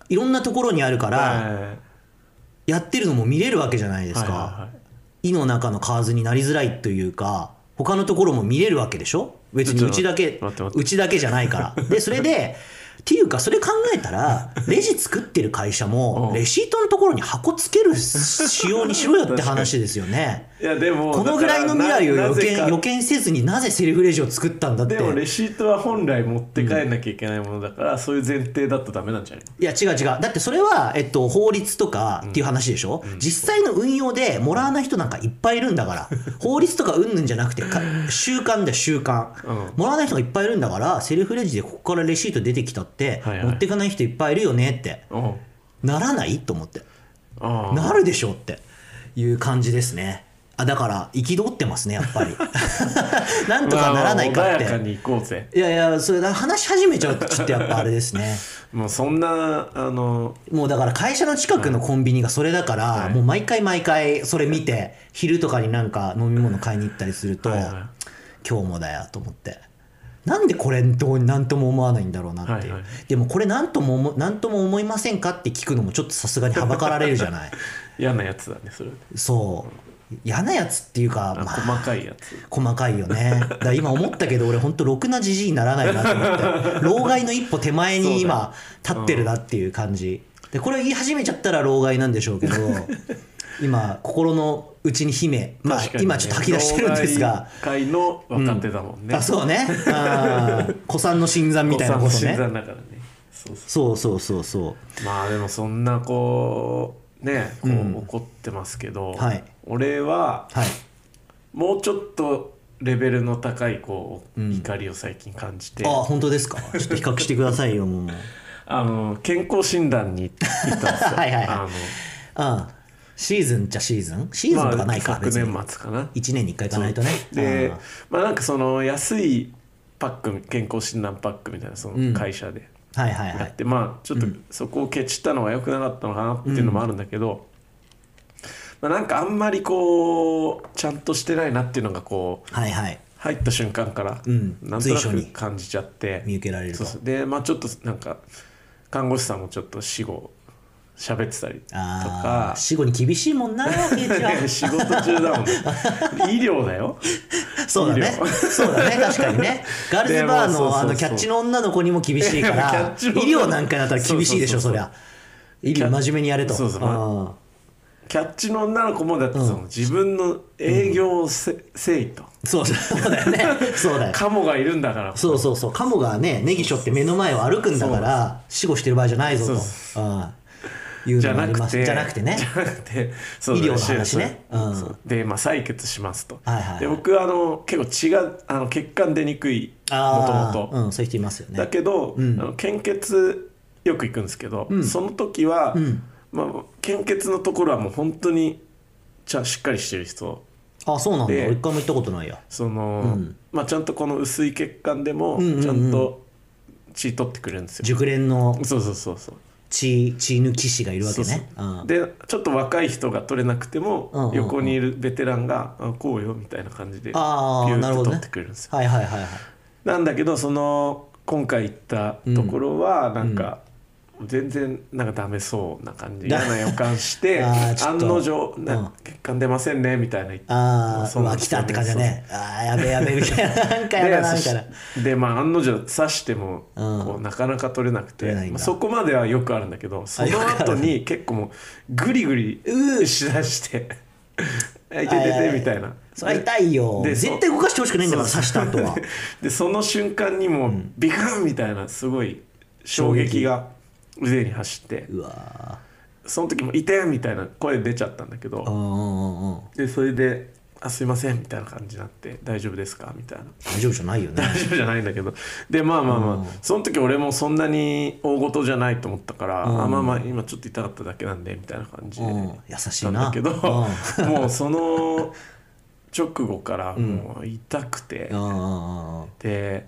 Speaker 2: いろんなところにあるから
Speaker 1: はいはいはい
Speaker 2: やってるのも見れるわけじゃないですか、
Speaker 1: はいはい
Speaker 2: 胃の中の蛙になりづらいというか他のところも見れるわけでしょ別に
Speaker 1: ちょっ
Speaker 2: う
Speaker 1: と
Speaker 2: ちだけ
Speaker 1: 待って待って
Speaker 2: うちだけじゃない からでそれでっていうかそれ考えたらレジ作ってる会社も
Speaker 1: うん
Speaker 2: レシートのところに箱つける仕様にしろよって話ですよね
Speaker 1: いやでも
Speaker 2: このぐらいの未来を
Speaker 1: だからなな
Speaker 2: 予
Speaker 1: ぜ
Speaker 2: 見
Speaker 1: か
Speaker 2: 予見せずになぜセルフレジを作ったんだって
Speaker 1: でもレシートは本来持って帰んなきゃいけないものだから、そういう前提だとダメなんじゃない
Speaker 2: いや違う違うだってそれは、えっと、法律とかっていう話でしょ、実際の運用でもらわない人なんかいっぱいいるんだから法律とかうんぬんじゃなくてか習慣だよ習慣、
Speaker 1: うん
Speaker 2: もらわない人がいっぱいいるんだからセルフレジでここからレシート出てきたって、
Speaker 1: はいはい
Speaker 2: 持ってかない人いっぱいいるよねって
Speaker 1: の
Speaker 2: ならないと思って
Speaker 1: ああ
Speaker 2: なるでしょうっていう感じですねあだから憤ってますねやっ ぱりなんとかならない
Speaker 1: まあ
Speaker 2: かっ
Speaker 1: 穏やか
Speaker 2: て
Speaker 1: に行こうぜ
Speaker 2: いやいやそれだ話し始めちゃうとちょっとやっぱあれですね
Speaker 1: もうそんなあの
Speaker 2: もうだから会社の近くのコンビニがそれだから、
Speaker 1: はい
Speaker 2: もう毎回毎回それ見て昼とかになんか飲み物買いに行ったりすると、
Speaker 1: はいはい
Speaker 2: 今日もだよと思ってなんでこれどうなんとも思わないんだろうなっていう、
Speaker 1: はいはい
Speaker 2: でもこれなんとも思なんとも思いませんかって聞くのもちょっとさすがにはばかられるじゃ ない
Speaker 1: 嫌なやつだねそれ
Speaker 2: そう嫌なやつっていうか
Speaker 1: あ
Speaker 2: まあ
Speaker 1: 細かいやつ
Speaker 2: 細かいよねだから今思ったけど俺ほんとろくなじじいにならないなと思って老害の一歩手前に今立ってるなっていう感じでこれを言い始めちゃったら老害なんでしょう けど今心の内に秘めまあ、
Speaker 1: 確かにね
Speaker 2: 今ちょっと吐き出してるんですが
Speaker 1: 老害界の若手だもんね、
Speaker 2: あそうねあ ー子さんの新参みたいなこと
Speaker 1: お
Speaker 2: ね
Speaker 1: 産の新参だからねそうそ
Speaker 2: そうそうそうそう
Speaker 1: まあでもそんなこうねこう、
Speaker 2: うん
Speaker 1: 怒ってますけど、
Speaker 2: はい
Speaker 1: 俺は
Speaker 2: うはい
Speaker 1: もうちょっとレベルの高いこう、
Speaker 2: うん
Speaker 1: 怒りを最近感じて
Speaker 2: あ本当ですかちょっと比較してくださいよもう
Speaker 1: あの健康診断に行ったんですよ
Speaker 2: はいはいはい
Speaker 1: あの
Speaker 2: うんシーズンじゃシーズンシーズンとかないか、
Speaker 1: まあ、
Speaker 2: 別
Speaker 1: 昨
Speaker 2: に
Speaker 1: 年末かな
Speaker 2: 1年に1回行かないとね
Speaker 1: で
Speaker 2: あー
Speaker 1: まあなんかその安いパック健康診断パックみたいなそ
Speaker 2: うん
Speaker 1: の会社で
Speaker 2: はいはいは
Speaker 1: や
Speaker 2: い
Speaker 1: って、まあちょっとそこをケチったのは良くなかったのかなっていうのもあるんだけど、まあ、なんかあんまりこうちゃんとしてないなっていうのがこう
Speaker 2: はいはい
Speaker 1: 入った瞬間から
Speaker 2: うん
Speaker 1: なんとな
Speaker 2: 随所に
Speaker 1: く感じちゃって、
Speaker 2: 見受けられると
Speaker 1: そうそうでまあちょっとなんか看護師さんもちょっと死後喋ってたりと
Speaker 2: あ
Speaker 1: か
Speaker 2: あ。死後に厳しいも んなケイちゃん
Speaker 1: 仕事中だもんね医療だよ
Speaker 2: そうだね
Speaker 1: 医療
Speaker 2: そうだね確かにねガールズバー
Speaker 1: でもそうそうそう
Speaker 2: のあのキャッチの女の子にも厳しいか
Speaker 1: キ
Speaker 2: ら
Speaker 1: ャッ
Speaker 2: 医
Speaker 1: チの
Speaker 2: 療なんかになったら厳しいでしょ
Speaker 1: そそうそうそう
Speaker 2: そうりゃ医療真面目にやれと
Speaker 1: そうそう
Speaker 2: あ
Speaker 1: キャッチの女の子もだってその、自分の営業をせ、せいと
Speaker 2: ーそうそうだよねそうだよ
Speaker 1: カモがいるんだから
Speaker 2: そうそうそうカモがねネギショって目の前を歩くんだから死後してる場合じゃないぞと
Speaker 1: そう
Speaker 2: あーいう
Speaker 1: じゃ
Speaker 2: のがあ
Speaker 1: な
Speaker 2: り
Speaker 1: く
Speaker 2: ます
Speaker 1: て
Speaker 2: じゃなくてね
Speaker 1: じゃなく てそう
Speaker 2: 医療の話ね
Speaker 1: 手術
Speaker 2: うん
Speaker 1: そうで、まあ、採血しますと、
Speaker 2: はいはいはい
Speaker 1: で僕あの結構血があの血管出にくいもと
Speaker 2: あ
Speaker 1: も
Speaker 2: あ
Speaker 1: と
Speaker 2: うんそういう人いますよね
Speaker 1: だけど、
Speaker 2: ん
Speaker 1: あの献血よく行くんですけど、
Speaker 2: ん
Speaker 1: その時は、
Speaker 2: うん
Speaker 1: まあ、献血のところはもう本当にちゃんしっかりしてる人
Speaker 2: あそうなんだ
Speaker 1: で
Speaker 2: 俺一回も行ったことないや
Speaker 1: その、
Speaker 2: うん
Speaker 1: まあ、ちゃんとこの薄い血管でも
Speaker 2: んうんうん
Speaker 1: ちゃんと血取ってくれるんですよ、
Speaker 2: 熟練の
Speaker 1: そうそうそうそう
Speaker 2: 血血抜き師がいるわけね
Speaker 1: そうそう
Speaker 2: うん
Speaker 1: でちょっと若い人が取れなくても、
Speaker 2: うんうんうん
Speaker 1: 横にいるベテランが「あこうよ」みたいな感じでピュ
Speaker 2: あー
Speaker 1: ー
Speaker 2: な
Speaker 1: ッ
Speaker 2: るほ
Speaker 1: と
Speaker 2: ど
Speaker 1: 取っ
Speaker 2: ね
Speaker 1: てくれるんですよ。
Speaker 2: はいはいはいはい
Speaker 1: なんだけどその今回行ったところはなんか、全然なんかダメそうな感じ
Speaker 2: だ
Speaker 1: 嫌な予感して
Speaker 2: あーちょっ
Speaker 1: 案
Speaker 2: と
Speaker 1: の定、ね
Speaker 2: うん
Speaker 1: 血管出ませんねみたいな言って
Speaker 2: ああ
Speaker 1: そうなん
Speaker 2: わ
Speaker 1: で
Speaker 2: 来
Speaker 1: すよね
Speaker 2: たって感じだねああやべえやべえみ たいななんかやだなんかやだ
Speaker 1: でそしでまあ案の定刺しても
Speaker 2: うん
Speaker 1: こうなかなか取れなくて、
Speaker 2: 取れないんだ
Speaker 1: まあそこまではよくあるんだけどそ
Speaker 2: よ
Speaker 1: の
Speaker 2: くある
Speaker 1: 後に結構もうグリグリ
Speaker 2: うー
Speaker 1: しだして 「あ痛い
Speaker 2: はいはい
Speaker 1: て
Speaker 2: は
Speaker 1: て
Speaker 2: い
Speaker 1: みたいな。
Speaker 2: そりゃ痛いよ
Speaker 1: で
Speaker 2: 絶対動かしてほしくないんだから
Speaker 1: そう
Speaker 2: 刺した後 は
Speaker 1: でその瞬間にもうビカンみたいなすごい衝撃が腕に走って
Speaker 2: うわ
Speaker 1: その時も「痛い!」みたいな声出ちゃったんだけ
Speaker 2: ーう
Speaker 1: ど
Speaker 2: んうんうんうん
Speaker 1: でそれで「あすいません」みたいな感じになって「大丈夫ですか?」みたいな
Speaker 2: 大丈夫じゃないよね
Speaker 1: 大丈夫じゃないんだけどでまあまあまあ、その時俺もそんなに大事じゃないと思ったから、あまあまあ今ちょっと痛かっただけなんでみたいな感じで、
Speaker 2: うん優しい
Speaker 1: なん
Speaker 2: な
Speaker 1: だけ ど、
Speaker 2: う
Speaker 1: もうその直後からもう痛くて、
Speaker 2: んうんうんうん
Speaker 1: で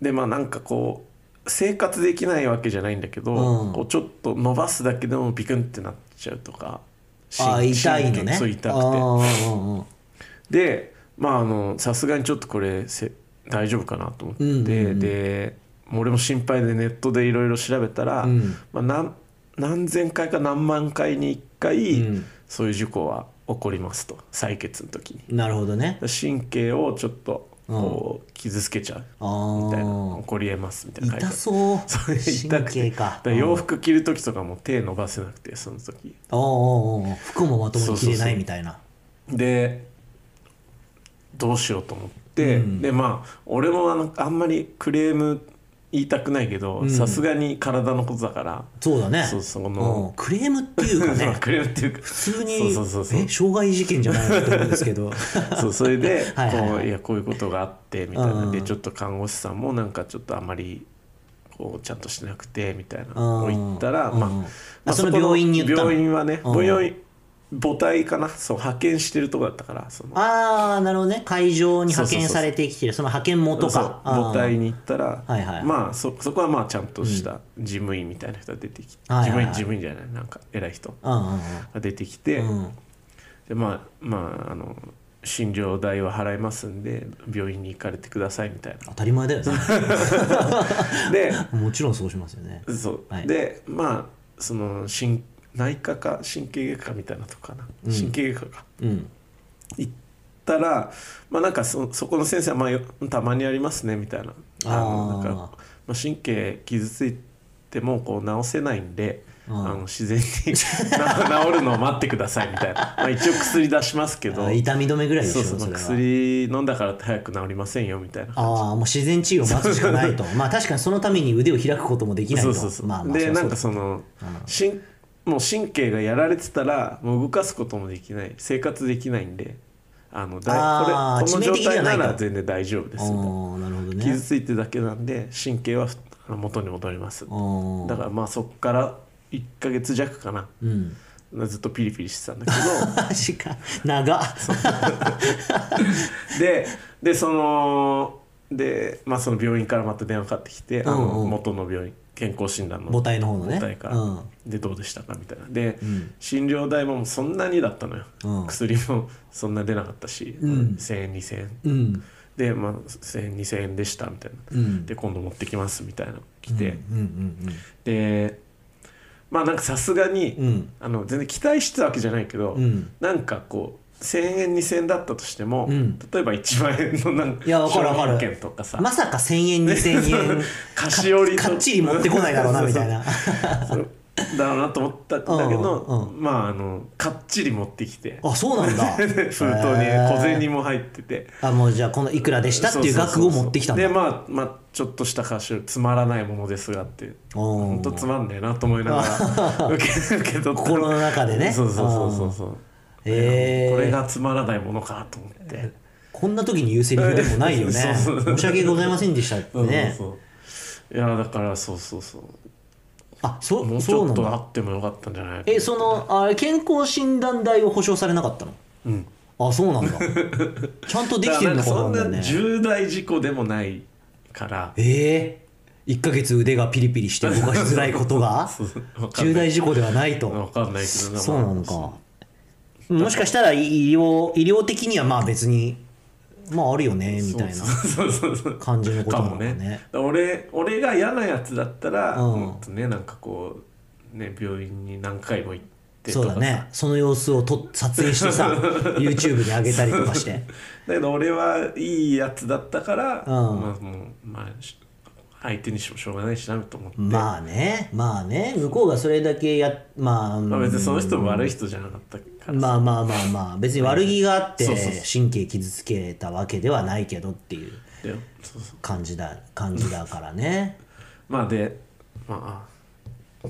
Speaker 1: でまあなんかこう生活できないわけじゃないんだけど、
Speaker 2: うん
Speaker 1: こうちょっと伸ばすだけでもビクンってなっちゃうとか
Speaker 2: ああ
Speaker 1: 神
Speaker 2: 痛いの
Speaker 1: 神
Speaker 2: ね
Speaker 1: 経そう痛く
Speaker 2: あ
Speaker 1: て。
Speaker 2: ーうんうんうん
Speaker 1: でまああのさすがにちょっとこれせ大丈夫かなと思って、
Speaker 2: うんうんうん
Speaker 1: でもう俺も心配でネットでいろいろ調べたら、
Speaker 2: ん
Speaker 1: まあ、何何千回か何万回に1回、
Speaker 2: うん
Speaker 1: そういう事故は起こりますと採血の時に
Speaker 2: なるほどね
Speaker 1: 神経をちょっとこう、傷つけちゃう
Speaker 2: あ
Speaker 1: みたい
Speaker 2: ー
Speaker 1: な起こりえますみたいな書いてあ
Speaker 2: 痛
Speaker 1: る
Speaker 2: そう
Speaker 1: それ 痛
Speaker 2: 神
Speaker 1: くて
Speaker 2: 経か
Speaker 1: だら洋服着る時とかも手伸ばせなくてその時
Speaker 2: おうおうおう服もまともに着れ
Speaker 1: そうそう
Speaker 2: な
Speaker 1: そ
Speaker 2: いうみたいな
Speaker 1: でどうしようと思って、
Speaker 2: うん
Speaker 1: でまあ俺もあのあんまりクレーム言いたくないけど
Speaker 2: ん
Speaker 1: さすがに体のことだから
Speaker 2: そうだね
Speaker 1: そうその
Speaker 2: うんクレームっていう かね
Speaker 1: クレームっていうか 普
Speaker 2: 普通に
Speaker 1: そうそうそうそう
Speaker 2: え傷害事件じゃないのと思うんです けど
Speaker 1: そうそれで
Speaker 2: はいはい
Speaker 1: こ
Speaker 2: はい
Speaker 1: ういやこういうことがあってみたいな、
Speaker 2: うん
Speaker 1: でちょっと看護師さんもなんかちょっとあまりこうちゃんとしてなくてみたいな
Speaker 2: うん
Speaker 1: を言ったら、
Speaker 2: うん
Speaker 1: まあ、
Speaker 2: うん
Speaker 1: ま
Speaker 2: あその
Speaker 1: こ
Speaker 2: 病院に言ったの
Speaker 1: 病院はね、
Speaker 2: うん
Speaker 1: 病院母体かなそう派遣してるとこだったからその
Speaker 2: ああなるほどね会場に派遣されてきてるその派遣元
Speaker 1: そう
Speaker 2: かあー
Speaker 1: 母体に行ったら、
Speaker 2: はいはい
Speaker 1: まあそそこはまあちゃんとした事務員みたいな人が出てきて、
Speaker 2: はいはいはい
Speaker 1: 事務員事務員じゃないなんか偉い人
Speaker 2: うんうん
Speaker 1: が出てきて、
Speaker 2: うんうん
Speaker 1: でまあまああの診療代は払いますんで病院に行かれてくださいみたい
Speaker 2: 当たり前だよね
Speaker 1: な。で
Speaker 2: もちろんそうしますよね
Speaker 1: そう、
Speaker 2: はい
Speaker 1: でまあその神内科か神経外科みたいなとこかな、神経外科か
Speaker 2: うん
Speaker 1: 行ったらまあなんかそそこの先生は、まあよ、たまにありますねみたいなの
Speaker 2: あー
Speaker 1: なんか、まあ、神経傷ついてもこう治せないんで。
Speaker 2: うん
Speaker 1: あの自然に な治るのを待ってくださいみたいな、まあ、一応薬出しますけ
Speaker 2: あ
Speaker 1: ど
Speaker 2: ー痛み止めぐらいでし
Speaker 1: そ
Speaker 2: ょ
Speaker 1: うそう
Speaker 2: それは
Speaker 1: 薬飲んだからって早く治りませんよみたいな
Speaker 2: ああもう自然治癒を待つしかないとまあ確かにそのために腕を開くこともできない
Speaker 1: そ
Speaker 2: と
Speaker 1: うそうそう、
Speaker 2: まあまあ
Speaker 1: で
Speaker 2: りゃ
Speaker 1: な
Speaker 2: そ
Speaker 1: ん
Speaker 2: う
Speaker 1: かその、
Speaker 2: うん
Speaker 1: しんもう神経がやられてたらもう動かすこともできない生活できないんであのだ
Speaker 2: あー
Speaker 1: いこれこの
Speaker 2: 致命的
Speaker 1: 状
Speaker 2: で
Speaker 1: 態
Speaker 2: はない
Speaker 1: な
Speaker 2: と
Speaker 1: ら全然大丈夫ですみたいな
Speaker 2: ああなるほどね
Speaker 1: 傷ついてるだけなんで神経はあの元に戻ります
Speaker 2: ああ
Speaker 1: だからまあそっから1ヶ月弱かな
Speaker 2: うん
Speaker 1: ずっとピリピリしてたんだけ
Speaker 2: マジか長っ
Speaker 1: どででそので、まあ、その病院からまた電話かかってきて、あ
Speaker 2: うん
Speaker 1: の
Speaker 2: うん
Speaker 1: 元の病院健康診断の
Speaker 2: 母体の方のね
Speaker 1: 母体から、
Speaker 2: うん
Speaker 1: でどうでしたかみたいなで、
Speaker 2: ん
Speaker 1: 診療代もそんなにだったのよ、
Speaker 2: うん
Speaker 1: 薬もそんな出なかったし、
Speaker 2: うん
Speaker 1: 1,000円2,000円
Speaker 2: うん
Speaker 1: で、まあ、1,000円2,000円でしたみたいな、
Speaker 2: うん
Speaker 1: で今度持ってきますみたいなの来て、
Speaker 2: うんうん
Speaker 1: でまあなんかさすがに、
Speaker 2: うんうん
Speaker 1: あの全然期待してたわけじゃないけど、
Speaker 2: うん
Speaker 1: なんかこう1,000円2,000円だったとしても、
Speaker 2: うん
Speaker 1: 例えば1万円のなんか
Speaker 2: いやわかるわかる
Speaker 1: 商品券とかさ、
Speaker 2: まさか1000円2000円
Speaker 1: 菓子折りと
Speaker 2: かっちり持ってこないだろうなみた いな
Speaker 1: そうだろうなと思ったんだけど、
Speaker 2: うんう
Speaker 1: まああのかっちり持ってきて
Speaker 2: あそうなんだ
Speaker 1: 封筒に小銭も入ってて。
Speaker 2: あもうじゃあこのいくらでしたっていう額を持ってきたんだ
Speaker 1: そうそうそうでまあまあちょっとした歌手つまらないものですがって
Speaker 2: おー
Speaker 1: 本当つまんねえなと思いなが ら受け受け取った
Speaker 2: 心の中でね
Speaker 1: そうそうそうそうそう
Speaker 2: へー
Speaker 1: これがつまらないものかと思って
Speaker 2: こんな時に言うセリフでもないよね
Speaker 1: そうそう
Speaker 2: 申し訳ございませんでしたって
Speaker 1: そう
Speaker 2: ね
Speaker 1: そうそういやだからそうそうそう
Speaker 2: あそ
Speaker 1: もう
Speaker 2: う
Speaker 1: ち
Speaker 2: そ
Speaker 1: ょ
Speaker 2: うな
Speaker 1: っ
Speaker 2: ん
Speaker 1: と
Speaker 2: だ
Speaker 1: あってもよかったんじゃない
Speaker 2: えそのあれ健康診断代を保証されなかったの
Speaker 1: うん
Speaker 2: あそ うなんだちゃんとできてるのかと思うんだ
Speaker 1: だら
Speaker 2: よ
Speaker 1: なん
Speaker 2: ね
Speaker 1: かそんな重大事故でもないから
Speaker 2: えー、1ヶ月腕がピリピリして動かしづらいこと が
Speaker 1: そうそうわかんない
Speaker 2: 重大事故ではないと
Speaker 1: わかんないけど
Speaker 2: そうなのかもしかしたら医療医療的にはまあ別にまああるよねみたいな
Speaker 1: そうそうそう
Speaker 2: 感じのこと
Speaker 1: か
Speaker 2: なの
Speaker 1: も
Speaker 2: かね
Speaker 1: ね俺俺が嫌なやつだったら、
Speaker 2: うん
Speaker 1: もっとねなんかこうね病院に何回も行ってと
Speaker 2: そう
Speaker 1: かさ
Speaker 2: だねその様子をと撮 影してさ YouTube に上げたりとかして
Speaker 1: だけど俺はいいやつだったから、
Speaker 2: う
Speaker 1: ま
Speaker 2: ん
Speaker 1: あもうまあし相手にしてもしょうがないしなと思って、
Speaker 2: まあねまあね向こうがそれだけやまあ、うん
Speaker 1: まあ、別にその人も悪い人じゃなかったから
Speaker 2: まあまあまあまあ別に悪気があって
Speaker 1: そうそうそう
Speaker 2: 神経傷つけたわけではないけどっていう
Speaker 1: でそうそう
Speaker 2: 感じだ感じだから ね
Speaker 1: まあでまあ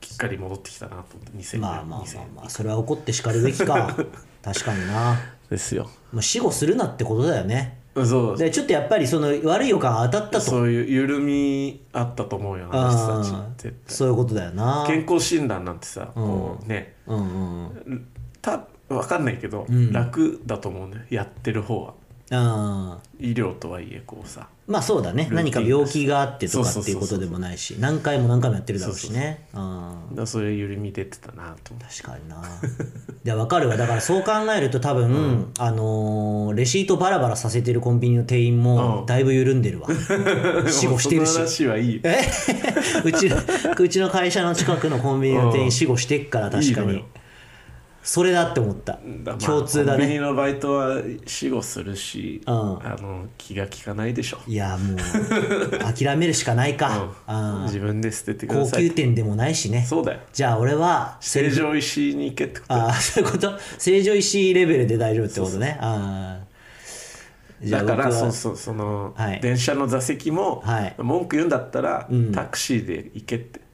Speaker 1: きっかり戻ってきたなと思って2000
Speaker 2: まあまあまあまあそれは怒って叱るべ きか確かにな
Speaker 1: ですよ
Speaker 2: もう死後するなってことだよね
Speaker 1: そう
Speaker 2: でちょっとやっぱりその悪い予感当たったと
Speaker 1: そういう緩みあったと思うよあの人
Speaker 2: あ
Speaker 1: たち絶対
Speaker 2: そういうことだよな
Speaker 1: 健康診断なんてさ、こうね
Speaker 2: うんうん
Speaker 1: た分かんないけど、楽だと思うねやってる方は
Speaker 2: あー
Speaker 1: 医療とはいえこうさ
Speaker 2: まあそうだね
Speaker 1: ルーテ
Speaker 2: 何
Speaker 1: ィン
Speaker 2: か病気があってとか
Speaker 1: そう
Speaker 2: っ
Speaker 1: そ
Speaker 2: て
Speaker 1: う
Speaker 2: い
Speaker 1: そうう
Speaker 2: こ
Speaker 1: そう
Speaker 2: とでもないし何回も何回もやってるだろうしねうん
Speaker 1: だからそういう緩み出てたなと思って
Speaker 2: 確かにな で分かるわだからそう考えると多分、あのーレシートバラバラさせてるコンビニの店員
Speaker 1: う
Speaker 2: も
Speaker 1: ん
Speaker 2: だいぶ緩んで るわ死後してる
Speaker 1: そ
Speaker 2: し
Speaker 1: の話はいいよ
Speaker 2: えうちうちの会社の近くのコンビニの店
Speaker 1: う
Speaker 2: 員
Speaker 1: ん
Speaker 2: 死後してっから
Speaker 1: い
Speaker 2: 確
Speaker 1: い
Speaker 2: か
Speaker 1: の
Speaker 2: に
Speaker 1: よ
Speaker 2: それだって思った
Speaker 1: だまあ
Speaker 2: 共通だ
Speaker 1: コンビニ
Speaker 2: ね
Speaker 1: のバイトは死後するし、
Speaker 2: うん
Speaker 1: あの気が利かないでしょ、
Speaker 2: いやもう諦めるしかないか、
Speaker 1: うん
Speaker 2: うん
Speaker 1: 自分で捨ててくだ
Speaker 2: 高
Speaker 1: さ
Speaker 2: 級
Speaker 1: い
Speaker 2: 店でもないしね
Speaker 1: そうだよ
Speaker 2: じゃあ俺は
Speaker 1: 成城石井に行けってこと
Speaker 2: ああそういうこと成城石井レベルで大丈夫ってことねああじゃあ
Speaker 1: だから
Speaker 2: 僕は
Speaker 1: そうそうその、
Speaker 2: はい
Speaker 1: 電車の座席も、
Speaker 2: はい
Speaker 1: 文句言うんだったら、
Speaker 2: ん
Speaker 1: タクシーで行けって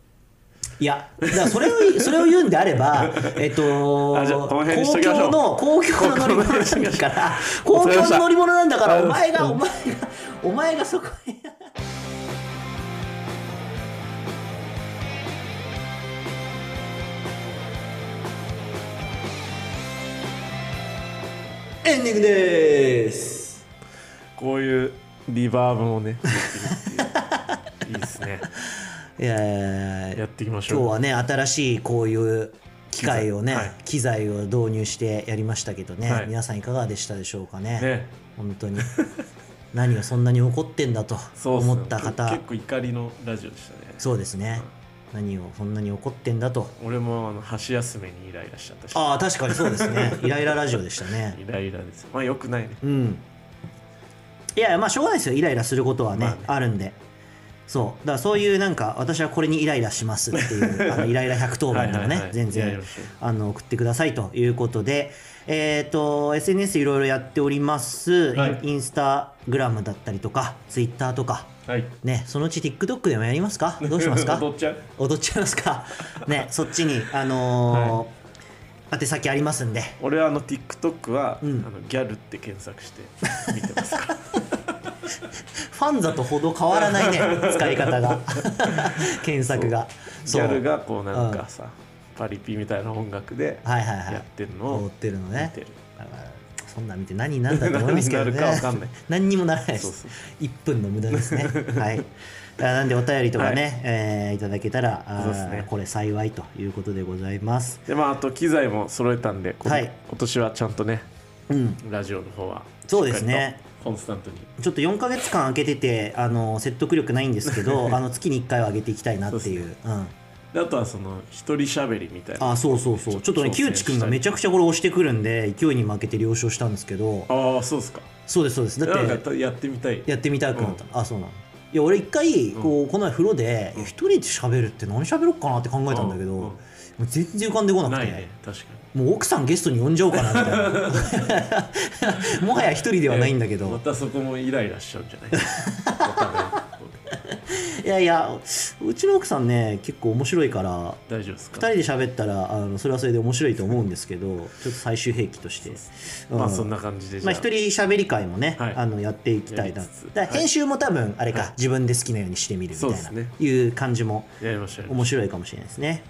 Speaker 2: いやだからそれをそれを言うんであ ればえっと
Speaker 1: あじゃあこの辺にし
Speaker 2: 公
Speaker 1: ときましょ
Speaker 2: 共
Speaker 1: う
Speaker 2: の公共の乗り物なんだから公
Speaker 1: わかりまし
Speaker 2: 共の
Speaker 1: た
Speaker 2: 乗り物なんだからお
Speaker 1: わか
Speaker 2: 前
Speaker 1: りまし
Speaker 2: が
Speaker 1: た
Speaker 2: お前がお前がそこにエンディングでーす
Speaker 1: こういうリバーブもねできるっていういいですね
Speaker 2: いやいやいやい
Speaker 1: や
Speaker 2: や
Speaker 1: っていきまし
Speaker 2: 今
Speaker 1: ょう
Speaker 2: 日はね新しいこういう機械をね機
Speaker 1: 機
Speaker 2: 材,、を導入してやりましたけどね、
Speaker 1: はい
Speaker 2: 皆さんいかがでしたでしょうか
Speaker 1: ね
Speaker 2: 本当に 何がそんなに怒ってんだと
Speaker 1: そうっすね
Speaker 2: 思った方
Speaker 1: 結構怒りのラジオでしたね
Speaker 2: そうですね何をそんなに怒ってんだと
Speaker 1: 俺もあの箸休めにイライラしちゃったし
Speaker 2: ああ確かにそうで すねイライララジオでしたね
Speaker 1: イライラですまあよくないね
Speaker 2: うんいやいやまあしょうがないですよイライラすることはね,、
Speaker 1: まあ
Speaker 2: あ、
Speaker 1: ね
Speaker 2: るんでそうだからそういうなんか私はこれにイライラしますっていうあのイライラ110番で
Speaker 1: は
Speaker 2: も
Speaker 1: いはいは
Speaker 2: ね
Speaker 1: い
Speaker 2: 全
Speaker 1: やり
Speaker 2: 然
Speaker 1: ましょう
Speaker 2: あの送ってくださいということで、えー、と SNS いろいろやっております、
Speaker 1: はい
Speaker 2: インインスタグラムだったりとかツイッターとか
Speaker 1: はい
Speaker 2: ね、そのうち TikTok でもやりま すかどうしますか
Speaker 1: 踊っちゃう
Speaker 2: 踊っちゃいますか ね、そっちに、あのー宛先ありますんで。
Speaker 1: 俺はあの TikTok は、
Speaker 2: うん
Speaker 1: あのギャルって検索して見てますから
Speaker 2: ファンザとほど変わらな いね、使い方が。 検索が。
Speaker 1: ギ
Speaker 2: そう
Speaker 1: ャルがこうなんかさ、パリピみたいな音楽で
Speaker 2: はいはいはい
Speaker 1: やってるのを
Speaker 2: 踊ってるのね。
Speaker 1: 見てる
Speaker 2: だからそんなん見て何になんだと思いますけどね。
Speaker 1: 何になるかわかんない
Speaker 2: 何にもならないで
Speaker 1: そう
Speaker 2: す
Speaker 1: そう。
Speaker 2: 1分の無駄で すね。はい。だからなんでお便りとかね、
Speaker 1: はい
Speaker 2: えーいただけたら、あー
Speaker 1: そうですね
Speaker 2: これ幸いということでございます。
Speaker 1: でまああと機材も揃えたんで、こん
Speaker 2: はい
Speaker 1: 今年はちゃんとね
Speaker 2: うん、
Speaker 1: ラジオの方は
Speaker 2: そうですね
Speaker 1: しっかりとコンスタントに
Speaker 2: ちょっと4か月間空けててあの説得力ないんです けどあの月に1回は上げていきたいなっていうう、ん、
Speaker 1: であとはその一人しゃべりみたいなあ
Speaker 2: あそうそうそうちょっとね
Speaker 1: 挑戦
Speaker 2: 木内君がめちゃくちゃこれ押してくるんで勢いに負けて了承したんですけど
Speaker 1: あーそうですか
Speaker 2: そうですそうですだ
Speaker 1: な
Speaker 2: っ
Speaker 1: ん
Speaker 2: て
Speaker 1: かやってみたい
Speaker 2: やってみたくなった、あそうなのいや俺一回こうこの前風呂で一人で喋るって何喋ろうかなって考えたんだけど、
Speaker 1: うんうん
Speaker 2: もう全然浮かんでこなく
Speaker 1: な
Speaker 2: て
Speaker 1: いね確かに
Speaker 2: もう奥さんゲストに呼んじゃおうかなみたいな もはや一人で
Speaker 1: で
Speaker 2: はないんだけ
Speaker 1: ま
Speaker 2: ど
Speaker 1: たそこもイライラしちゃうん じゃないお互い
Speaker 2: いやいやうちの奥さんね結構面白いから
Speaker 1: 大丈夫です
Speaker 2: 2
Speaker 1: か
Speaker 2: 人で喋ったらあのそれはそれで面白いと思うんですけどちょっと最終兵器として、うん
Speaker 1: まあそんな感じでじ
Speaker 2: ま
Speaker 1: ゃ
Speaker 2: あ、一人喋り会もね、
Speaker 1: はい
Speaker 2: あのやっていきたいな
Speaker 1: やりつつ
Speaker 2: だから編集も多分あれか、
Speaker 1: はい
Speaker 2: 自分で好きなようにしてみるみた
Speaker 1: そう
Speaker 2: い
Speaker 1: です
Speaker 2: な、
Speaker 1: ね
Speaker 2: いう感じも
Speaker 1: やりましょうやりま
Speaker 2: 面
Speaker 1: し
Speaker 2: 白いかもしれないですね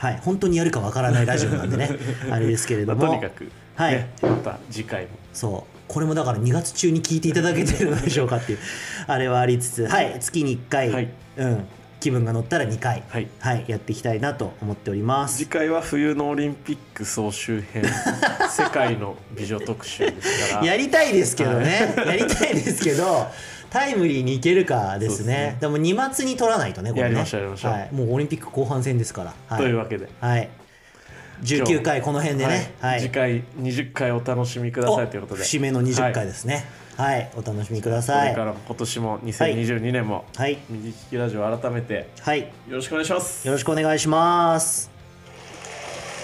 Speaker 2: はい本当にやるかわからないラジオなん でねあれですけれ
Speaker 1: ょ
Speaker 2: ど
Speaker 1: う
Speaker 2: も
Speaker 1: まあとにかく、
Speaker 2: はい
Speaker 1: ねまた次回も
Speaker 2: そうこれもだから2月中に聞いていただけてるのでしょうかっていうあれはありつつはい月に1回、
Speaker 1: はい
Speaker 2: うん、気分が乗ったら2回、
Speaker 1: はい
Speaker 2: やっていきたいなと思っております
Speaker 1: 次回は冬のオリンピック総集 編世界の美女特集ですから
Speaker 2: やりたいですけどね、 やりたいですけど、タイムリーにいけるかです
Speaker 1: そう
Speaker 2: ね。
Speaker 1: で
Speaker 2: です
Speaker 1: ね
Speaker 2: も2月に取らないとね、これね。
Speaker 1: やりましょうやりましょう
Speaker 2: はい、もうオリンピック後半戦ですから。はい、
Speaker 1: というわけで、
Speaker 2: はい。19回この辺でね、
Speaker 1: は
Speaker 2: はいい。
Speaker 1: 次回20回お楽しみくだ
Speaker 2: お
Speaker 1: さいということで
Speaker 2: 節目の20
Speaker 1: はい
Speaker 2: 回ですね。はい、お楽しみくだ
Speaker 1: こ
Speaker 2: さ
Speaker 1: れ
Speaker 2: い。
Speaker 1: か
Speaker 2: は
Speaker 1: らも今年も2022年も、
Speaker 2: い、
Speaker 1: 右利きラジオ改めて
Speaker 2: はい、
Speaker 1: よろしくお願いします
Speaker 2: よろしくお願いします。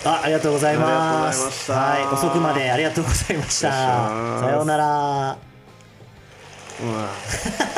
Speaker 2: あ、ありがとうございます。
Speaker 1: ありがとうございました
Speaker 2: はい、遅くまでありがとうございました。
Speaker 1: お願いします
Speaker 2: さようなら。
Speaker 1: うん